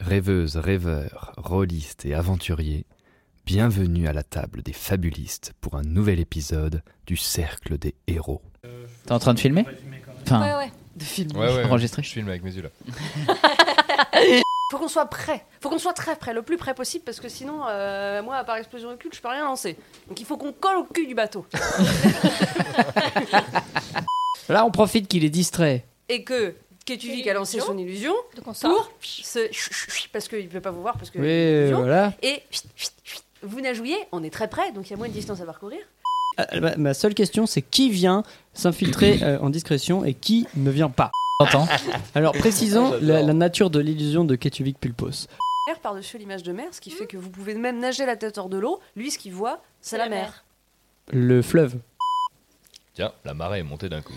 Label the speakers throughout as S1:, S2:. S1: Rêveuses, rêveurs, rôlistes et aventuriers, bienvenue à la table des fabulistes pour un nouvel épisode du Cercle des Héros.
S2: T'es en train de filmer Enfin,
S3: Ouais, ouais.
S4: Ouais, ouais,
S2: Enregistré.
S4: Je filme avec mes yeux là.
S3: Faut qu'on soit prêt. Faut qu'on soit très prêt, le plus près possible, parce que sinon, euh, moi, à part explosion occulte, je peux rien lancer. Donc il faut qu'on colle au cul du bateau.
S2: Là, on profite qu'il est distrait.
S3: Et que Ketuvik a lancé son illusion
S5: Donc on
S3: pour se. Parce qu'il peut pas vous voir, parce que.
S2: Oui,
S3: illusion.
S2: voilà.
S3: Et vous nageouillez, on est très près, donc il y a moins de distance à parcourir.
S6: Ah, ma- ma seule question, c'est qui vient s'infiltrer euh, en discrétion et qui ne vient pas
S2: T'entends
S6: Alors, précisons la, la nature de l'illusion de Ketuvik Pulpos.
S3: L'air par-dessus l'image de mer, ce qui fait que vous pouvez même nager la tête hors de l'eau. Lui, ce qu'il voit, c'est la,
S5: la
S3: mer.
S6: Le fleuve.
S4: Tiens, la marée est montée d'un coup.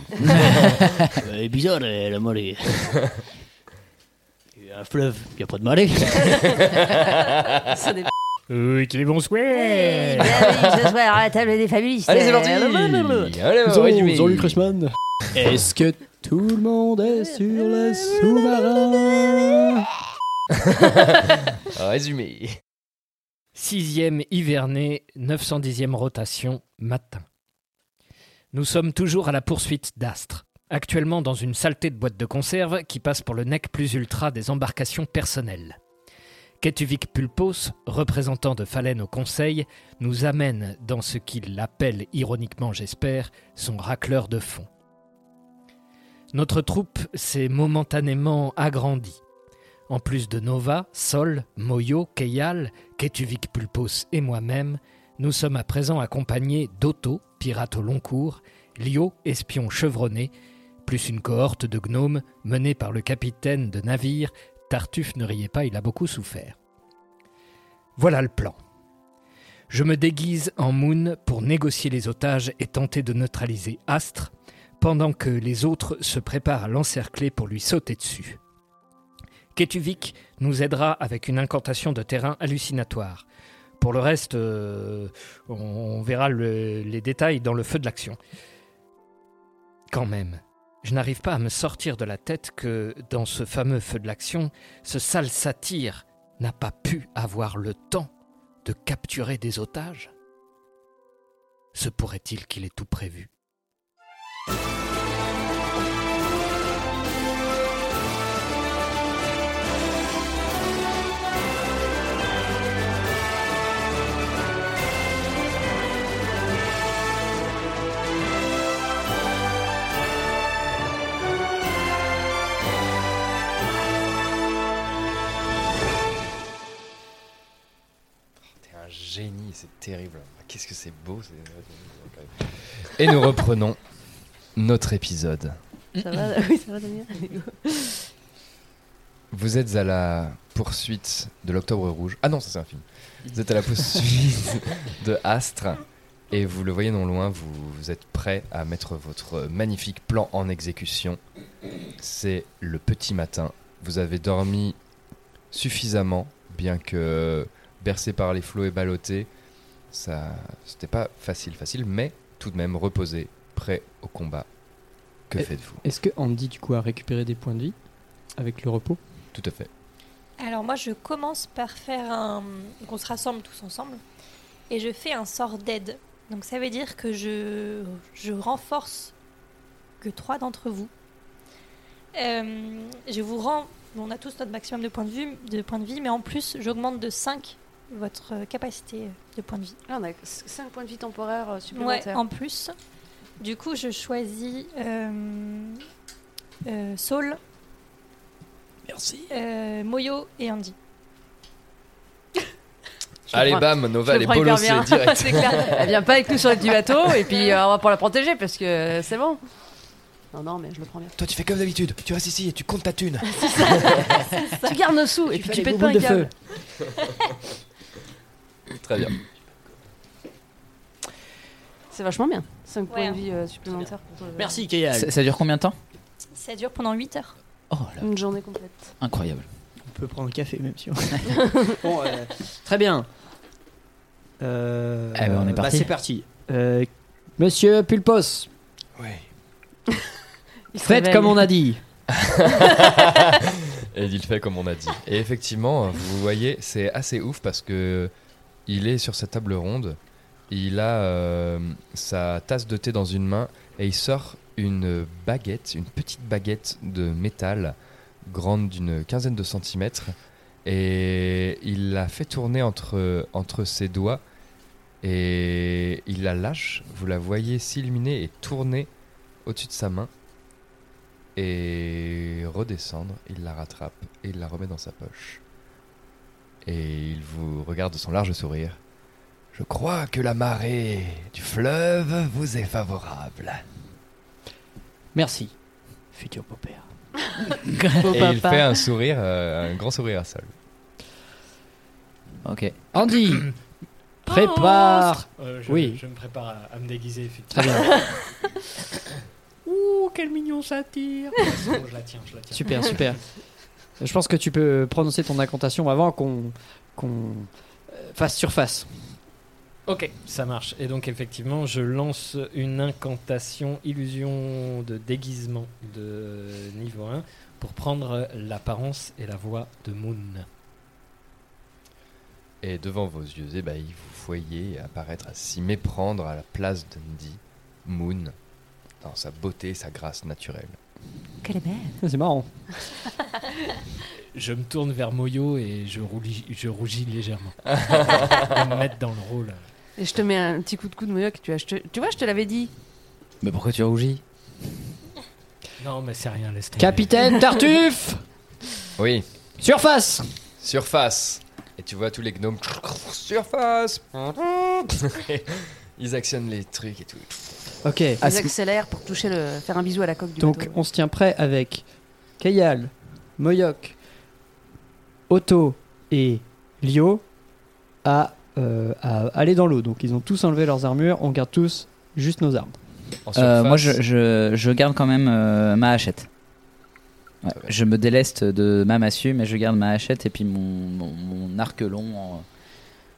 S6: est bizarre, la marée. Il y a un fleuve, il n'y a pas de marée.
S3: Ça dépend.
S6: Oui, quel bon
S3: Eh
S6: souhait
S3: Bienvenue ce soir à la table des fabulistes. Euh,
S4: Allez, c'est parti Allez, on résume.
S6: Est-ce que tout le monde est sur le sous-marin
S4: Résumé.
S7: Sixième hivernée, 910e rotation, matin. Nous sommes toujours à la poursuite d'Astre, actuellement dans une saleté de boîte de conserve qui passe pour le nec plus ultra des embarcations personnelles. Ketuvik Pulpos, représentant de Phalène au Conseil, nous amène dans ce qu'il appelle, ironiquement j'espère, son racleur de fond. Notre troupe s'est momentanément agrandie. En plus de Nova, Sol, Moyo, Keyal, Ketuvik Pulpos et moi-même, nous sommes à présent accompagnés d'Otto, pirate au long cours, Lio, espion chevronné, plus une cohorte de gnomes menée par le capitaine de navire. Tartuffe ne riait pas, il a beaucoup souffert. Voilà le plan. Je me déguise en Moon pour négocier les otages et tenter de neutraliser Astre, pendant que les autres se préparent à l'encercler pour lui sauter dessus. Ketuvik nous aidera avec une incantation de terrain hallucinatoire. Pour le reste, euh, on- on verra le- les détails dans le feu de l'action. Quand même, je n'arrive pas à me sortir de la tête que, dans ce fameux feu de l'action, ce sale satyre n'a pas pu avoir le temps de capturer des otages. Se pourrait-il qu'il ait tout prévu
S4: c'est terrible. Qu'est-ce que c'est beau. c'est- Et nous reprenons notre épisode.
S3: Ça va Oui, ça va, Damien Allez, go.
S4: Vous êtes à la poursuite de l'Octobre Rouge. Ah non, ça c'est un film. Vous êtes à la poursuite de Astre et vous le voyez non loin, vous, vous êtes prêt à mettre votre magnifique plan en exécution. C'est le petit matin. Vous avez dormi suffisamment, bien que bercé par les flots et ballotté. Ça, c'était pas facile, facile, mais tout de même reposé, prêt au combat. Que
S6: Et-
S4: faites-vous
S6: Est-ce que Andy, du coup, a récupéré des points de vie avec le repos
S4: Tout à fait.
S5: Alors moi, je commence par faire un... qu'on se rassemble tous ensemble et je fais un sort d'aide. Donc ça veut dire que je, je renforce que trois d'entre vous. Euh, je vous rends... On a tous notre maximum de points de, vue, de points de vie, mais en plus, j'augmente de 5 votre capacité de points de vie.
S3: Là, on a 5 points de vie temporaires euh,
S5: Ouais,
S3: supplémentaires.
S5: en plus. Du coup, je choisis euh, euh, Saul. Euh,
S6: Merci.
S5: Moyo et Andy.
S3: le
S4: Allez,
S3: prends-
S4: bam,
S3: Je
S4: Nova, elle est
S3: le prends hyper
S4: bolossée
S3: bien.
S4: direct.
S3: C'est clair. Elle vient pas avec nous sur le petit bateau et puis euh, on va pour la protéger parce que euh, c'est bon. Non, non, mais je le prends bien.
S4: Toi, tu fais comme d'habitude. Tu restes ici et tu comptes ta thune.
S3: tu gardes nos sous et
S6: Tu
S3: puis
S6: fais
S3: tu
S6: les
S3: pètes pas un
S6: boules de
S3: câble.
S4: Très bien.
S3: C'est vachement bien. 5 points
S5: Ouais. hein.
S3: de vie euh, supplémentaires pour toi.
S2: Ça, ça dure combien de temps
S5: Ça dure pendant 8 heures.
S8: Oh
S3: Une journée complète.
S2: Incroyable.
S6: On peut prendre un café, même si on... Bon, euh, très bien. Euh,
S2: Eh ben, on est
S6: bah,
S2: parti.
S6: c'est parti. Euh, Monsieur Pulpos,
S3: Il se
S6: faites
S3: réveille.
S6: comme on a dit.
S4: Et il fait comme on a dit. Et effectivement, vous voyez, c'est assez ouf parce que il est sur sa table ronde, il a euh, sa tasse de thé dans une main et il sort une baguette, une petite baguette de métal grande d'une quinzaine de centimètres et il la fait tourner entre, entre ses doigts et il la lâche, vous la voyez s'illuminer et tourner au-dessus de sa main et redescendre, il la rattrape et il la remet dans sa poche. Et il vous regarde de son large sourire. Je crois que la marée du fleuve vous est favorable.
S6: Merci, futur beau-père.
S2: Beau
S4: et il
S2: papa.
S4: fait un sourire, euh, un grand sourire à Sol.
S2: Ok.
S6: Andy, prépare.
S8: Euh, je,
S6: Ah, oui,
S8: je me prépare à, à me déguiser,
S6: très
S8: effectivement.
S6: bien.
S8: Ouh, quel mignon ça tire C'est bon, Je la tiens, je la tiens.
S6: Super, super. Je pense que tu peux prononcer ton incantation avant qu'on qu'on euh, fasse surface.
S8: Ok, ça marche. Et donc effectivement, je lance une incantation illusion de déguisement de niveau 1 pour prendre l'apparence et la voix de Moon.
S4: Et devant vos yeux ébahis, vous voyez apparaître à s'y méprendre à la place d'Andy, Moon, dans sa beauté et sa grâce naturelle.
S5: Quelle est belle.
S6: Ah, C'est marrant.
S8: Je me tourne vers Moyo et je, roulis- je rougis légèrement. Pour me mettre dans le rôle.
S3: Et je te mets un petit coup de coude, Moyoc. Tu, as- je te- tu vois, je te l'avais dit.
S2: Mais pourquoi tu rougis
S8: Non, mais c'est rien, laisse tomber.
S6: Capitaine Tartuffe,
S4: Oui,
S6: surface.
S4: surface Et tu vois tous les gnomes. Surface Ils actionnent les trucs et tout.
S6: Ok.
S8: Ah,
S3: Ils accélèrent pour toucher le, faire un bisou à la coque du
S6: Donc
S3: bateau.
S6: on se tient prêt avec Kayal, Moyoc, Otto et Lio à, euh, à aller dans l'eau. Donc ils ont tous enlevé leurs armures, on garde tous juste nos armes.
S4: En
S2: Euh,
S4: surface,
S2: Moi, je, je, je garde quand même euh, ma hachette. Ah Ouais, je me déleste de ma massue, mais je garde ma hachette et puis mon, mon, mon arc long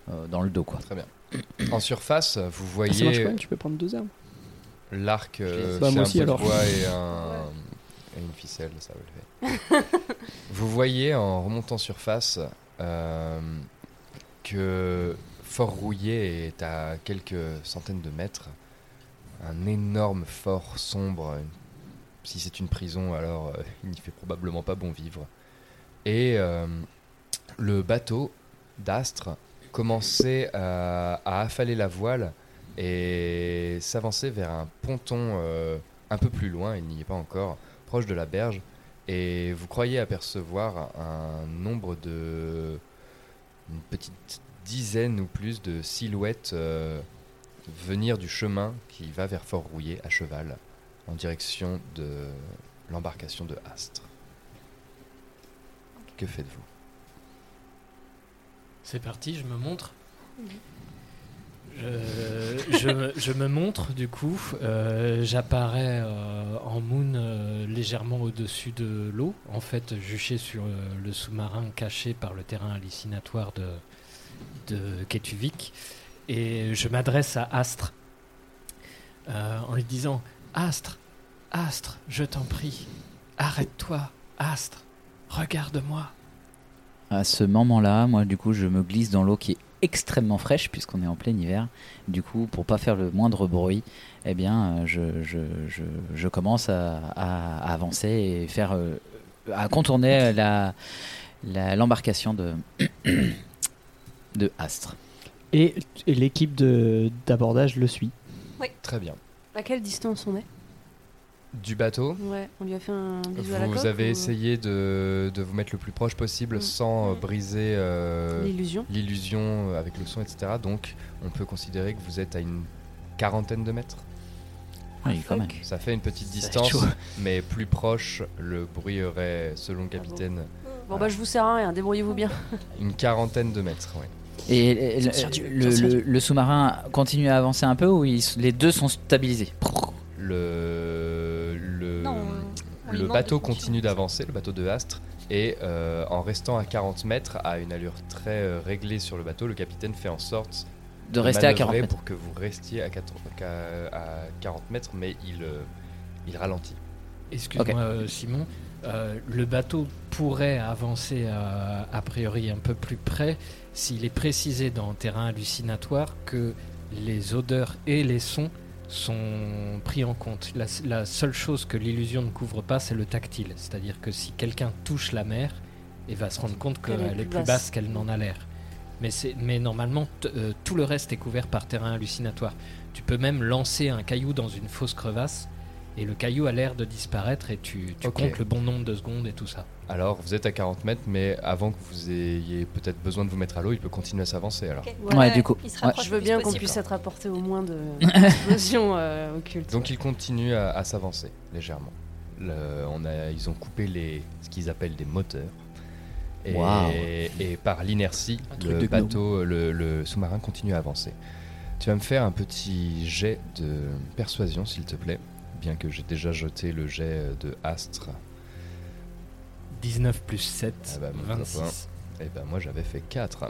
S2: euh, euh, dans le dos, quoi.
S4: Très bien. En surface, vous
S6: Ah, ça marche
S4: voyez
S6: quand même, tu peux prendre deux armes.
S4: l'arc, euh,
S6: Bah,
S4: c'est
S6: moi
S4: un
S6: aussi,
S4: bout de
S6: alors.
S4: bois et, un- et une ficelle, ça va le faire. vous voyez en remontant surface euh, que Fort Rouillé est à quelques centaines de mètres. Un énorme fort sombre. Si c'est une prison, alors euh, il n'y fait probablement pas bon vivre. Et euh, le bateau d'Astre commençait à- à affaler la voile et s'avancer vers un ponton euh, un peu plus loin, il n'y est pas encore, proche de la berge, et vous croyez apercevoir un nombre de... une petite dizaine ou plus de silhouettes euh, venir du chemin qui va vers Fort Rouillé à cheval en direction de l'embarcation de Astre. Que faites-vous
S7: C'est parti, je me montre. Je, Euh, je me- je me montre du coup, euh, j'apparais euh, en moon euh, légèrement au-dessus de l'eau, en fait juché sur euh, le sous-marin caché par le terrain hallucinatoire de, de Ketuvik, et je m'adresse à Astre euh, en lui disant Astre, Astre, je t'en prie, arrête-toi, Astre, regarde-moi.
S2: À ce moment-là, moi, du coup, je me glisse dans l'eau qui est extrêmement fraîche puisqu'on est en plein hiver. Du coup, pour pas faire le moindre bruit, eh bien, euh, je, je, je, je commence à, à- à avancer et faire euh, à contourner la la- l'embarcation de de Astre.
S6: Et, et l'équipe de- d'abordage le suit.
S3: Oui.
S4: Très bien.
S3: À quelle distance on est
S4: Du bateau
S3: Ouais, on lui a fait un bisou à la
S4: Vous
S3: coque
S4: avez
S3: ou- Mm.
S4: essayé de, de vous mettre le plus proche possible sans euh, briser euh,
S3: L'illusion.
S4: l'illusion, euh, avec le son, etc. Donc on peut considérer que vous êtes à une quarantaine de mètres.
S2: Oui, quand même.
S4: Ça fait une petite
S2: Ça va être
S4: distance,
S2: chaud.
S4: mais plus proche, le bruit aurait, selon le capitaine,
S3: Ah Bon bah je vous sers à rien, débrouillez-vous bien.
S4: une quarantaine de mètres. ouais.
S2: Et et le,
S4: Attention,
S2: le-
S4: attention.
S2: le- le sous-marin continue à avancer un peu ou ils- les deux sont stabilisés
S4: Le, le,
S2: Non, on lui
S4: le
S2: demande
S4: bateau
S2: de continuer.
S4: continue d'avancer, le bateau de Astre, et euh, en restant à 40 mètres, à une allure très euh, réglée sur le bateau, le capitaine fait en sorte
S2: De rester à
S4: manœuvrer
S2: 40 mètres.
S4: pour que vous restiez à, quatre- qu'à- à 40 mètres, mais il, euh, il ralentit.
S7: Excuse-moi, euh, Simon. euh, le bateau pourrait avancer euh, a priori un peu plus près s'il est précisé dans terrain hallucinatoire que les odeurs et les sons sont pris en compte. La, la seule chose que l'illusion ne couvre pas, c'est le tactile. C'est-à-dire que si quelqu'un touche la mer, il va se rendre compte
S9: Elle
S7: qu'elle est, plus basse, qu'elle n'en a l'air. Mais, c'est- mais normalement, t- euh, tout le reste est couvert par terrain hallucinatoire. Tu peux même lancer un caillou dans une fausse crevasse et le caillou a l'air de disparaître et tu, tu
S4: Ok.
S7: comptes le bon nombre de secondes et tout ça.
S4: Alors, vous êtes à 40 mètres, mais avant que vous ayez peut-être besoin de vous mettre à l'eau, il peut continuer à s'avancer alors.
S3: Je veux bien qu'on puisse être apporté au moins de explosion euh, occulte.
S4: Donc il continue à, à s'avancer légèrement. Le- on a, ils ont coupé les, ce qu'ils appellent des moteurs. Et,
S2: Waouh.
S4: et par l'inertie,
S2: truc de
S4: le
S2: gnome.
S4: bateau, le, le sous-marin continue à avancer. Tu vas me faire un petit jet de persuasion, s'il te plaît, bien que j'ai déjà jeté le jet de Astre.
S7: 19 plus 7,
S4: Ah bah, mon
S7: 26.
S4: copain. Eh ben moi j'avais fait 4.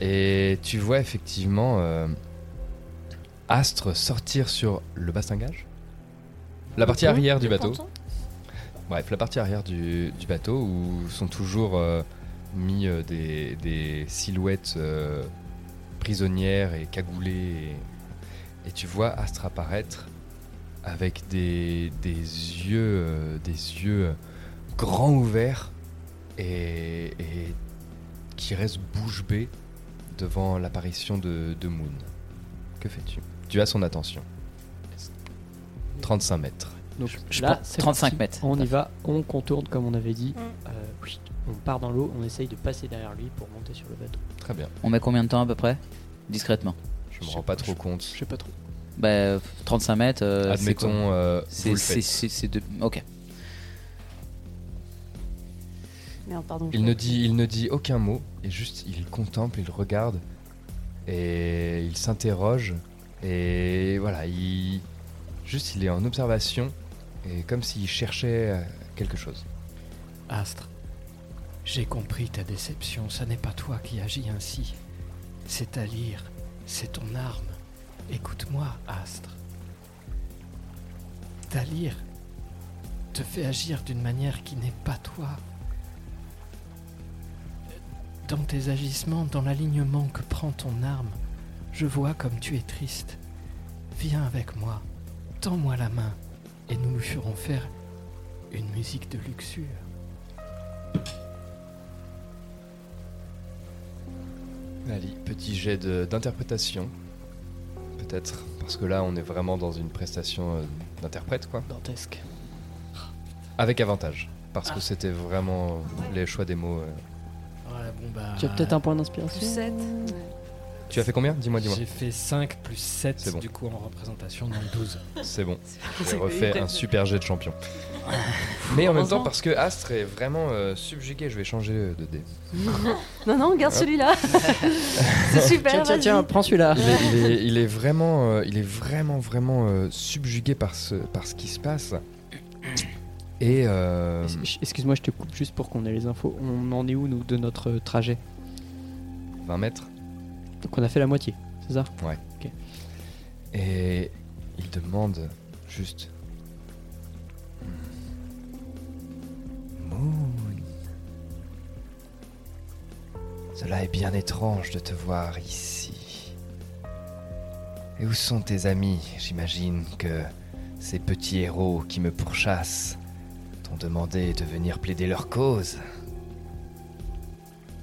S4: Et tu vois effectivement euh, Astre sortir sur le bastingage La partie
S9: Le pont
S4: arrière du
S9: Le
S4: bateau.
S9: ponton
S4: Bref, la partie arrière du, du bateau où sont toujours euh, mis euh, des, des silhouettes euh, prisonnières et cagoulées. Et, et tu vois Astre apparaître avec des, des yeux, euh, des yeux grands ouverts et, et qui reste bouche bée devant l'apparition de, de Moon. Que fais-tu Tu as son attention. 35 mètres.
S6: Donc
S2: je
S6: là,
S2: prends
S6: c'est
S2: 35
S6: parti.
S2: mètres.
S6: On y va, on contourne comme on avait dit.
S3: Mm.
S6: Euh, oui, on part dans l'eau, on essaye de passer derrière lui pour monter sur le bateau.
S4: Très bien.
S2: On met combien de temps à peu près Discrètement.
S4: Je me rends pas trop compte. Je
S6: sais pas trop.
S2: Bah, euh, 35 mètres. euh, c'est
S4: Admettons,
S2: quoi
S4: euh, vous
S2: C'est
S4: le
S2: c'est-
S4: faites.
S2: c'est- c'est deux. Ok.
S3: Merde, pardon.
S4: Il ne, dit, il ne dit aucun mot, et juste il contemple, il regarde, et il s'interroge, et voilà, il. Juste il est en observation, et comme s'il cherchait euh, quelque chose.
S7: Astre, j'ai compris ta déception. Ce n'est pas toi qui agis ainsi. C'est ta lyre, c'est ton arme. Écoute-moi, Astre. Ta lyre te fait agir d'une manière qui n'est pas toi. Dans tes agissements, dans l'alignement que prend ton arme, je vois comme tu es triste. Viens avec moi, tends-moi la main, et nous nous ferons faire une musique de luxure.
S4: Allez, petit jet de- d'interprétation, peut-être, parce que là on est vraiment dans une prestation euh, d'interprète, quoi.
S6: Dantesque.
S7: Ah.
S4: Avec avantage, parce que c'était vraiment les choix des mots. euh,
S7: Ouais, bon, bah,
S6: Tu as peut-être un point d'inspiration.
S3: Plus sept.
S4: Tu as fait combien Dis-moi, dis-moi.
S7: J'ai fait 5 plus 7
S4: C'est bon.
S7: du coup en représentation, donc 12.
S4: C'est bon.
S7: C'est
S4: J'ai refait
S7: horrible.
S4: un super jet de champion. Mais en même temps,
S3: Heureusement.
S4: parce que Astre est vraiment euh, subjugué, je vais changer euh, de dé.
S3: non, non, garde
S4: Hop.
S3: celui-là. C'est super.
S6: Tiens, tiens,
S3: vas-y.
S6: tiens, prends celui-là.
S4: Il est, il est- il est vraiment, euh, il est vraiment, vraiment euh, subjugué par ce, par ce qui se passe. Et euh,
S6: Ch- Excuse-moi, je te coupe juste pour qu'on ait les infos. On en est où, nous, de notre euh, trajet
S4: 20 mètres.
S6: Donc, on a fait la moitié, c'est ça
S4: Ouais.
S6: Ok.
S4: Et il demande juste. Moon. Cela est bien étrange de te voir ici. Et où sont tes amis J'imagine que ces petits héros qui me pourchassent t'ont demandé de venir plaider leur cause.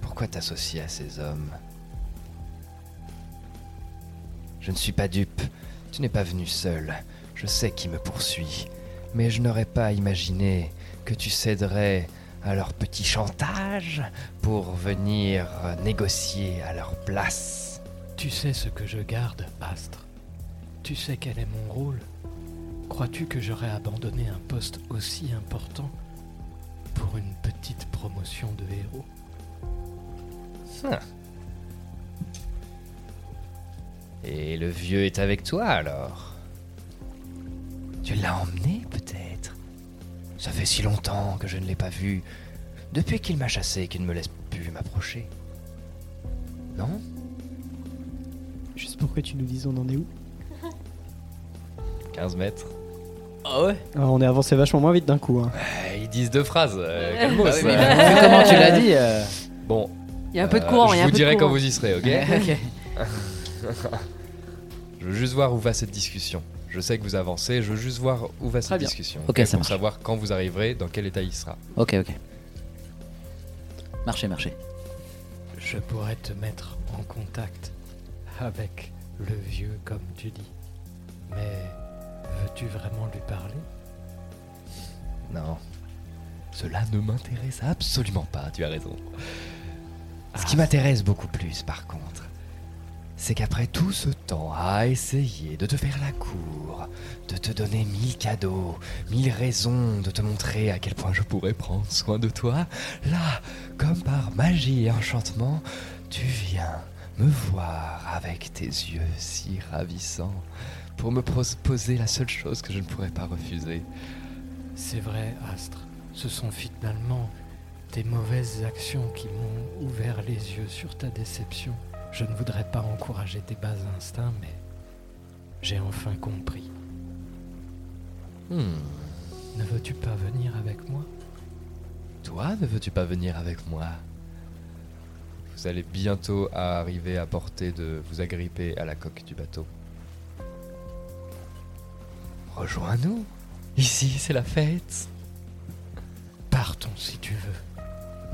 S4: Pourquoi t'associer à ces hommes je ne suis pas dupe. Tu n'es pas venu seul. Je sais qui me poursuit. Mais je n'aurais pas imaginé que tu céderais à leur petit chantage pour venir négocier à leur place.
S7: Tu sais ce que je garde, Astre. Tu sais quel est mon rôle. Crois-tu que j'aurais abandonné un poste aussi important pour une petite promotion de héros
S4: Hein. Et le vieux est avec toi alors Tu l'as emmené peut-être Ça fait si longtemps que je ne l'ai pas vu. Depuis qu'il m'a chassé et qu'il ne me laisse plus m'approcher. Non
S6: Juste pour que tu nous dises, on en est où
S4: 15 mètres.
S6: Ah ouais On est avancé vachement moins vite d'un coup. hein.
S4: ils disent deux phrases. euh, calmos,
S6: Ah oui, mais
S4: euh.
S6: vu comment tu l'as dit, euh.
S4: Bon. Euh,
S3: Il y a un peu de courant, il y
S4: Je
S3: a un peu
S4: vous
S3: de
S4: dirai quand
S3: courant.
S4: vous y serez, ok
S3: Ok.
S4: Je veux juste voir où va cette discussion. Je sais que vous avancez, je veux juste voir où va cette
S2: bien.
S4: discussion.
S2: Ok, ça
S4: pour
S2: marche.
S4: savoir quand vous arriverez, dans quel état il sera.
S2: Ok, ok. Marchez, marchez.
S7: Je pourrais te mettre en contact avec le vieux, comme tu dis. Mais veux-tu vraiment lui parler
S4: Non. Cela ne m'intéresse absolument pas, tu as raison. Ce qui m'intéresse beaucoup plus, par contre, c'est qu'après tout ce temps à essayer de te faire la cour, de te donner mille cadeaux, mille raisons de te montrer à quel point je pourrais prendre soin de toi, là, comme par magie et enchantement, tu viens me voir avec tes yeux si ravissants pour me proposer la seule chose que je ne pourrais pas refuser.
S7: C'est vrai, Astre. Ce sont finalement tes mauvaises actions qui m'ont ouvert les yeux sur ta déception. Je ne voudrais pas encourager tes bas instincts, mais j'ai enfin compris.
S4: Hmm.
S7: Ne veux-tu pas venir avec moi
S4: Toi, ne veux-tu pas venir avec moi Vous allez bientôt arriver à portée de vous agripper à la coque du bateau. Rejoins-nous. Ici, c'est la fête.
S7: Partons si tu veux.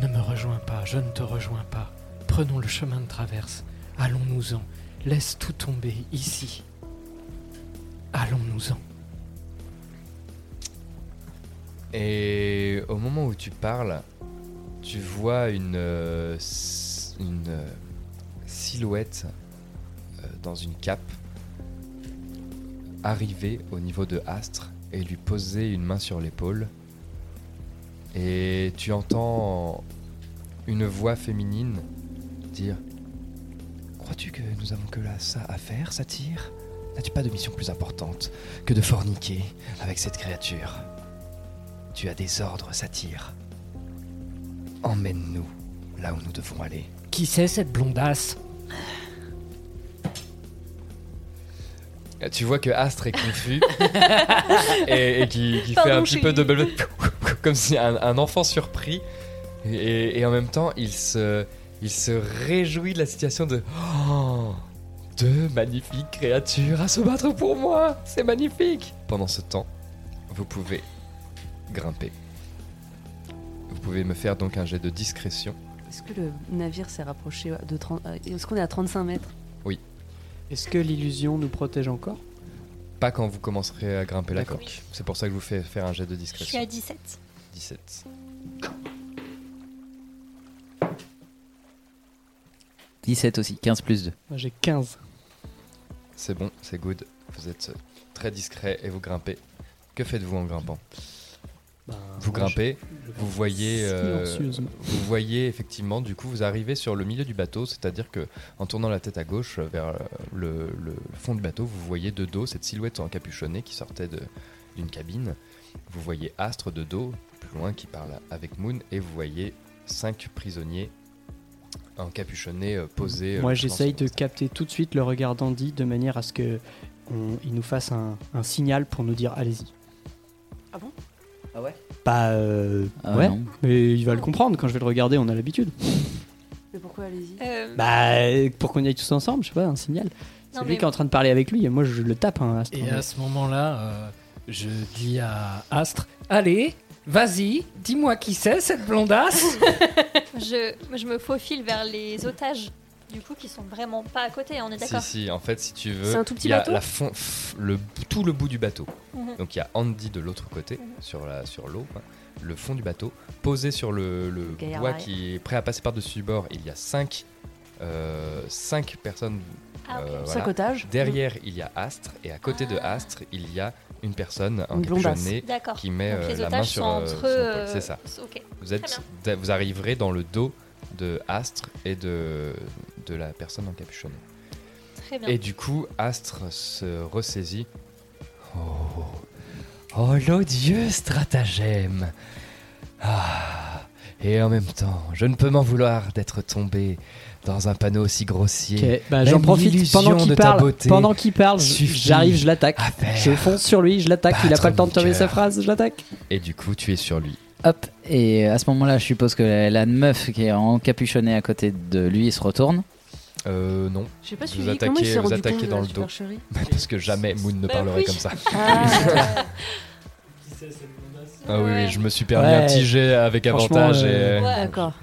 S7: Ne me rejoins pas, je ne te rejoins pas. Prenons le chemin de traverse. Allons-nous-en. Laisse tout tomber ici. Allons-nous-en.
S4: Et au moment où tu parles, tu vois une, euh, s- une euh, silhouette euh, dans une cape arriver au niveau de Astre et lui poser une main sur l'épaule. Et tu entends une voix féminine dire Crois-tu que nous avons que là ça à faire, Satire N'as-tu pas de mission plus importante que de forniquer avec cette créature tu as des ordres, Satyre. Emmène-nous là où nous devons aller.
S7: Qui c'est cette blondasse
S4: Ah, Tu vois que Astre est confus et, et qui, qui fait
S7: Pardon,
S4: un petit peu de
S7: chérie.
S4: blabla- comme si un, un enfant surpris. Et, et- et en même temps, il se, il se réjouit de la situation de Oh, deux magnifiques créatures à se battre pour moi, c'est magnifique. Pendant ce temps, vous pouvez grimper. Vous pouvez me faire donc un jet de discrétion.
S3: Est-ce que le navire s'est rapproché de 30 euh, Est-ce qu'on est à 35 mètres
S6: Est-ce que l'illusion nous protège encore
S4: Pas quand vous commencerez à grimper la
S6: D'accord.
S4: coque. C'est pour ça que je vous fais faire un jet de
S5: Je suis à
S4: discrétion.
S5: 17.
S4: 17.
S2: 17 aussi, 15 plus 2.
S6: Moi, j'ai 15.
S4: C'est bon, c'est good. Vous êtes très discret et vous grimpez. Que faites-vous en grimpant Vous
S8: moi,
S4: grimpez,
S8: Bah, je- je
S4: vous voyez, euh,
S8: silencieusement.
S4: vous voyez effectivement. Du coup, vous arrivez sur le milieu du bateau, c'est-à-dire que en tournant la tête à gauche euh, vers euh, le, le fond du bateau, vous voyez de dos cette silhouette encapuchonnée qui sortait de- d'une cabine. Vous voyez Astre de dos, plus loin, qui parle avec Moon, et vous voyez cinq prisonniers encapuchonnés euh, posés. euh,
S6: Moi,
S4: le plan
S6: j'essaye de capter tout de suite le regard d'Andy de manière à ce que on- il nous fasse un, un signal pour nous dire allez-y.
S3: Ah bon
S2: Ah ouais
S6: Bah, euh,
S2: Ah
S6: ouais,
S2: non.
S6: mais il va le comprendre quand je vais le regarder, on a l'habitude.
S3: Mais pourquoi allez-y
S6: Bah, euh, pour qu'on y aille tous ensemble, je sais pas, un signal. C'est
S3: Non,
S6: lui
S3: mais-
S6: qui est en train de parler avec lui et moi je le tape. Hein, à ce
S7: Et
S6: moment-là.
S7: à ce moment-là, euh, je dis à Astre Allez, vas-y, dis-moi qui c'est cette blondasse
S5: je, je me faufile vers les otages, du coup, qui sont vraiment pas à côté, on est
S4: Si,
S5: d'accord
S4: si, en fait, si tu veux,
S5: C'est un tout petit
S4: il y a
S5: bateau
S4: la fond- f- le, tout le bout du bateau.
S5: Mhm.
S4: Donc il y a Andy de l'autre côté, sur la sur l'eau, quoi, le fond du bateau, posé sur le, le
S10: gaillard
S4: bois
S10: arrière.
S4: qui est prêt à passer par-dessus bord. Il y a 5 cinq personnes.
S3: Ah, ok.
S4: euh,
S3: Cinq otages.
S4: Derrière, il y a Astre, et à côté de Astre, il y a une personne
S3: Une blondasse.
S4: encapuchonnée
S5: Ah. D'accord.
S4: qui met
S5: Donc,
S4: euh,
S5: les
S4: la
S5: otages
S4: main sur
S5: sont
S4: euh,
S5: entre
S4: son
S5: eux,
S4: épaule.
S5: euh,
S4: C'est ça.
S5: ok.
S4: Vous, êtes, vous arriverez dans le dos de Astre et de, de la personne encapuchonnée.
S5: Très bien.
S4: Et du coup, Astre se ressaisit. Oh, oh l'odieux stratagème Ah, Et en même temps, je ne peux m'en vouloir d'être tombé dans un panneau aussi grossier.
S6: Ok, bah,
S4: Même
S6: j'en profite
S4: l'illusion
S6: pendant qu'il
S4: de ta
S6: parle.
S4: beauté
S6: Pendant qu'il parle, je-
S4: suffit.
S6: j'arrive, je l'attaque. Je fonce sur lui, je l'attaque. Il a
S4: battre
S6: pas le temps de
S4: mon
S6: terminer sa
S4: cœur.
S6: phrase, je l'attaque.
S4: Et du coup, tu es sur lui.
S2: Hop, et à ce moment-là, je suppose que la, la meuf qui est encapuchonnée à côté de lui se retourne.
S4: Euh, non.
S3: J'ai pas
S4: Vous
S3: suivi.
S4: attaquez-
S3: Comment il s'est
S4: vous
S3: rendu
S4: attaquez
S3: compte de
S4: dans
S3: la
S4: le dos.
S3: supercherie
S4: Parce que jamais Moon ne
S3: Bah
S4: parlerait
S3: oui.
S4: comme ça.
S3: Ah.
S4: Ah oui, oui, je me suis permis un
S6: Ouais.
S4: petit jet avec
S6: Franchement,
S4: avantage.
S6: euh,
S4: et...
S3: D'accord.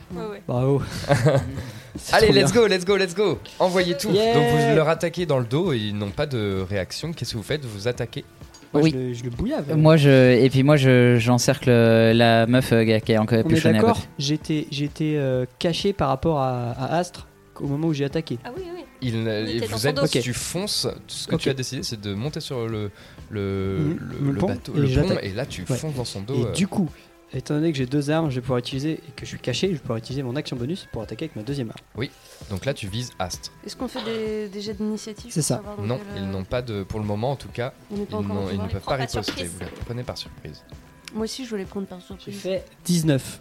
S6: Bravo.
S4: Allez,
S6: trop
S4: let's
S6: bien.
S4: go, let's go, let's go. Envoyez tout.
S6: Yeah.
S4: Donc vous leur attaquez dans le dos et ils n'ont pas de réaction. Qu'est-ce que vous faites Vous attaquez
S6: Moi,
S2: Oui.
S6: je, le, je le bouillave. hein.
S2: Euh, Moi, je, et puis moi, je- j'encercle euh, la meuf euh, qui est
S6: On est
S2: encapuchonnée à
S6: d'accord
S2: côté.
S6: J'étais, j'étais euh, caché par rapport à, à Astre au moment où j'ai attaqué.
S5: Ah oui, oui.
S4: Ils,
S5: était dans
S4: vous
S5: son
S4: êtes,
S5: dos.
S4: tu fonces. Ce que
S6: Ok.
S4: tu as décidé, c'est de monter sur le
S6: Mhm.
S4: le, euh, le-
S6: Le
S4: le
S6: pont,
S4: bateau,
S6: et
S4: le
S6: je
S4: pont,
S6: l'attaque.
S4: et là tu
S6: Ouais.
S4: fonces dans son dos.
S6: Et
S4: euh,
S6: du coup, étant donné que j'ai deux armes, je vais pouvoir utiliser et que je suis caché, je vais pouvoir utiliser mon action bonus pour attaquer avec ma deuxième arme.
S4: Oui. Donc là, tu vises Astre.
S3: Est-ce qu'on fait des, des jets d'initiative
S6: C'est
S3: pour
S6: ça.
S3: savoir dans
S4: Non,
S3: quel, euh,
S4: ils n'ont pas de. Pour le moment, en tout cas,
S3: On
S4: ils,
S3: n'est pas encore
S4: n'ont-
S3: au
S4: ils
S3: pouvoir.
S4: ne
S3: On
S4: peuvent
S3: prend
S4: pas
S3: pas de
S4: riposter.
S3: surprise.
S4: Vous les prenez par surprise.
S3: Moi aussi, je voulais prendre par surprise.
S6: J'ai fait 19.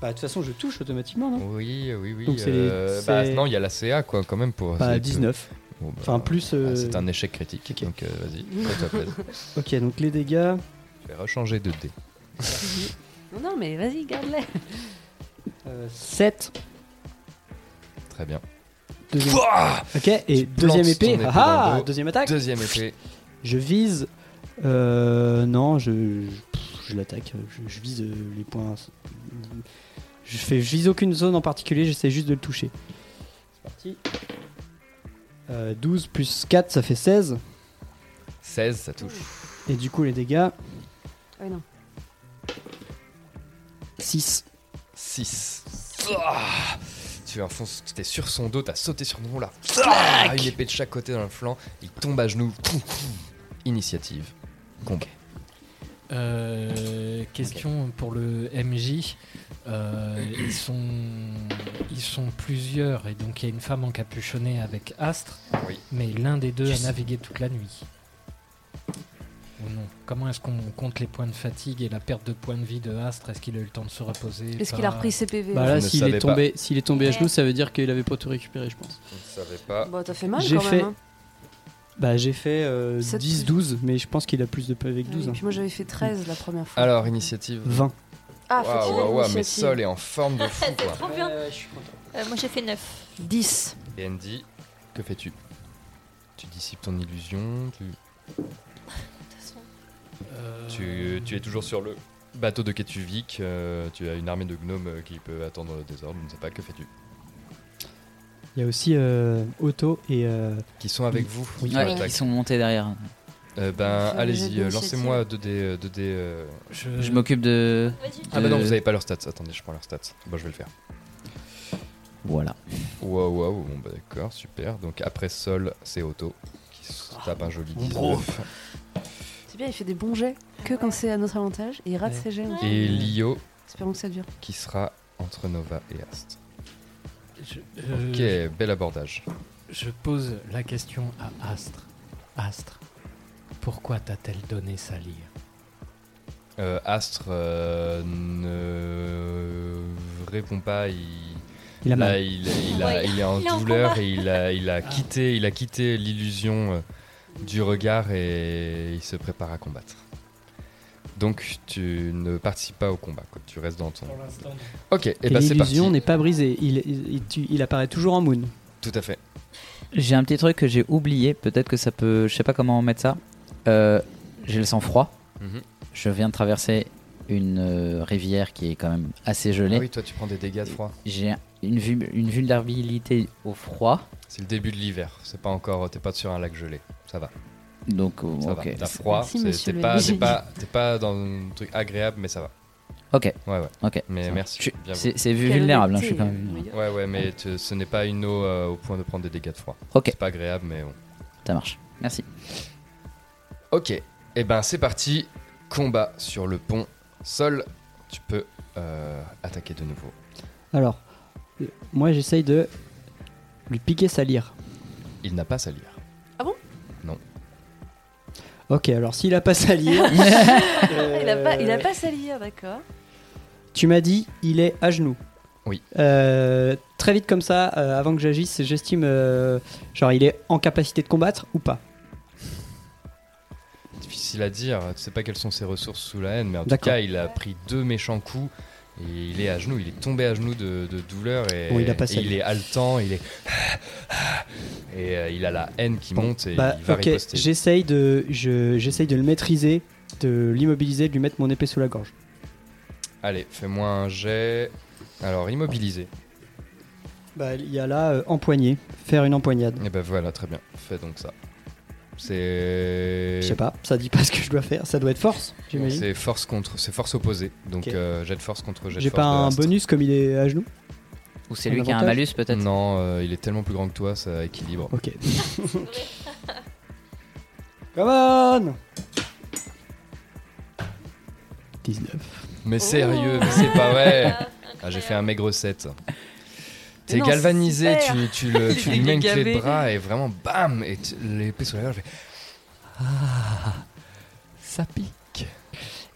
S6: Bah, de toute façon, je touche automatiquement, non
S4: Oui, oui, oui.
S6: Donc c'est les-
S4: euh, bah,
S6: c'est-
S4: non, il y a la CA quoi, quand même pour.
S6: Bah,
S4: essayer de-
S6: 19.
S4: Bon, bah,
S6: Enfin, plus.
S4: ah,
S6: euh,
S4: c'est un échec critique. Donc euh, vas-y, fais-toi plaisir.
S6: Ok, donc les dégâts.
S4: Je vais rechanger de dés.
S3: Non, non, mais vas-y, garde-les.
S6: Euh, 7.
S4: Très bien.
S6: Deuxième.
S4: Pouah
S6: Ok, et deuxième
S4: Tu plantes ton
S6: épée.
S4: épée
S6: Ah
S4: dans
S6: ah
S4: le dos.
S6: Deuxième attaque
S4: Deuxième épée.
S6: Je vise. Euh, non, je. Je, je l'attaque. Je, je vise euh, les points. Je, fais, je vise aucune zone en particulier, j'essaie juste de le toucher. C'est parti. Euh, 12 plus 4, ça fait 16.
S4: 16, ça touche.
S6: Et du coup, les dégâts,
S3: Ah non.
S6: 6.
S4: 6.
S6: Ah.
S4: Ah, Tu enfonces, t'es sur son dos, t'as sauté sur nous là.
S6: Clac
S4: Ah, Une épée de chaque côté dans le flanc, il tombe à genoux. Initiative. Combat.
S7: Euh, question pour le MJ. Euh, ils, sont, ils sont plusieurs et donc il y a une femme encapuchonnée avec Astre,
S4: Oui.
S7: mais l'un des deux
S4: Tu
S7: a
S4: sais.
S7: navigué toute la nuit. Ou non Comment est-ce qu'on compte les points de fatigue et la perte de points de vie de Astre Est-ce qu'il a eu le temps de se reposer
S3: Est-ce
S7: pas
S3: qu'il a repris ses PV
S6: Bah
S4: Je
S6: là,
S4: ne
S6: s'il est,
S4: savais
S6: tombé,
S4: pas.
S6: s'il est tombé à genoux, ça veut dire qu'il avait pas tout récupéré, je pense.
S4: Je ne savais pas.
S3: Bah, t'as fait mal
S6: J'ai
S3: quand
S6: fait-
S3: même. hein.
S6: Bah, j'ai fait euh,
S3: Sept
S6: 10, 12, mais je pense qu'il a plus de PV que
S3: Ah oui,
S6: 12. hein.
S3: puis moi, j'avais fait 13 la première fois.
S4: Alors, initiative.
S6: 20.
S3: Ah, faut
S4: Waouh,
S3: tirer
S4: waouh, waouh, mais
S3: l'initiative.
S4: Sol est en forme de fou
S5: C'est
S4: quoi.
S5: trop bien. Euh, moi, j'ai fait 9.
S3: 10.
S4: Et Andy, que fais-tu Tu dissipes ton illusion, tu,
S7: Euh,
S4: tu, tu es toujours sur le bateau de Ketuvik, euh, tu as une armée de gnomes euh, qui peut attendre le désordre, je ne sais pas, que fais-tu
S6: Il y a aussi euh, Otto et. euh,
S4: Qui sont avec vous
S6: Oui.
S4: qui
S2: Ouais,
S4: attaquent.
S2: ils sont montés derrière.
S4: Euh, ben,
S2: Fais le jet
S4: allez-y, euh,
S2: d'initiative.
S4: lancez-moi 2D. euh, 2D euh,
S2: Je m'occupe de.
S4: Ah bah non,
S2: de-
S4: vous avez pas leurs stats. Attendez, je prends leurs stats. Bon, je vais le faire.
S2: Voilà.
S4: Waouh, waouh, bon bah d'accord, super. Donc après Sol, c'est Otto qui se tape un joli 19.
S3: C'est bien, il fait des bons jets que quand c'est à notre avantage et il
S2: Ah,
S3: rate ses jets. en fait.
S4: Et Lio
S3: Espérons que ça dure.
S4: qui sera entre Nova et Ast.
S7: euh,
S4: Ok, bel abordage.
S7: Je pose la question à Astre. Astre, pourquoi t'a-t-elle donné sa lyre
S4: Euh, Astre euh, ne répond pas. Il,
S6: Il a
S4: là,
S6: mal.
S4: il, il a-
S6: Ouais,
S4: il est en
S6: il est en
S4: douleur
S6: combat.
S4: et il a, il a quitté, il a quitté l'illusion euh, du regard et il se prépare à combattre. Donc tu ne participes pas au combat, quoi. tu restes dans ton. Ok, et,
S6: Et
S4: bah c'est parti.
S6: l'illusion n'est pas brisée. Il, il- il- tu- il apparaît toujours en moon.
S4: Tout à fait.
S2: J'ai un petit truc que j'ai oublié, peut-être que ça peut. Je sais pas comment mettre ça. Euh, j'ai le sang-froid.
S4: Mhm.
S2: Je viens de traverser une euh, rivière qui est quand même assez gelée.
S4: Ah oui, toi tu prends des dégâts de froid.
S2: J'ai une, vu- une vulnérabilité au froid.
S4: C'est le début de l'hiver. C'est pas encore, t'es pas sur un lac gelé. Ça va.
S2: Donc, euh,
S4: ça
S2: ok.
S4: va. T'as froid.
S2: Merci,
S4: c'est-
S2: monsieur
S4: T'es
S2: le
S4: pas, t'es
S2: génie.
S4: pas, t'es pas dans un truc agréable, mais ça va.
S2: Ok.
S4: Ouais, ouais.
S2: Ok.
S4: Mais
S2: Ça
S4: merci.
S2: va. Je-
S4: bien
S2: c'est-
S4: vu.
S2: c'est vu vulnérable, hein, je suis quand même.
S4: Ouais, ouais, mais te- ce n'est pas une eau euh, au point de prendre des dégâts de froid.
S2: Ok.
S4: C'est pas agréable, mais bon.
S2: Ça marche. Merci.
S4: Ok. Et ben, c'est parti. Combat sur le pont. Sol, tu peux euh, attaquer de nouveau.
S6: Alors, euh, moi j'essaye de lui piquer sa lyre.
S4: Il n'a pas sa lyre.
S3: Ah bon
S4: Non.
S6: Ok, alors s'il a pas sa lyre.
S3: Il a pas, il a
S6: euh,
S3: pas sa lyre, d'accord.
S6: Tu m'as dit, il est à genoux.
S4: Oui.
S6: Euh, très vite comme ça, euh, avant que j'agisse, j'estime, euh, genre, il est en capacité de combattre ou pas
S4: Difficile à dire. Tu sais pas quelles sont ses ressources sous la haine, mais en tout
S6: D'accord.
S4: cas, il a pris deux méchants coups. Et il est à genoux, il est tombé à genoux de, de douleur et,
S6: Bon, il a pas
S4: et
S6: sa
S4: il
S6: lyre.
S4: est haletant, il est et euh, il a la haine qui monte et
S6: Bah,
S4: il va
S6: ok,
S4: riposter.
S6: j'essaye de, je- j'essaye de le maîtriser, de l'immobiliser, de lui mettre mon épée sous la gorge.
S4: Allez, fais-moi un jet. Alors, immobilisé.
S6: Bah, il y a là, euh, empoigner, faire une empoignade.
S4: Et ben voilà, très bien. Fais donc ça. C'est.
S6: Je sais pas, ça dit pas ce que je dois faire, ça doit être force, j'imagine.
S4: C'est force contre, c'est force opposée. Donc
S6: Ok.
S4: euh, jet de force contre jet de
S6: J'ai pas
S4: force de
S6: un
S4: Astre.
S6: bonus comme il est à genoux
S2: Ou c'est lui qui a un
S6: avantage
S2: malus peut-être
S4: Non, euh, il est tellement plus grand que toi, ça équilibre.
S6: Ok. Come on 19.
S4: Mais sérieux, mais c'est pas vrai. Ah, j'ai fait un maigre 7. T'es
S7: Oh. Non,
S4: galvanisé,
S7: c'est
S4: tu,
S7: super.
S4: tu le, tu
S7: Il
S4: lui
S7: est
S4: mets une clé de
S7: gavé.
S4: bras et vraiment bam Et tu- l'épée sur la gorge, je fais,
S6: Ah,
S4: ça pique.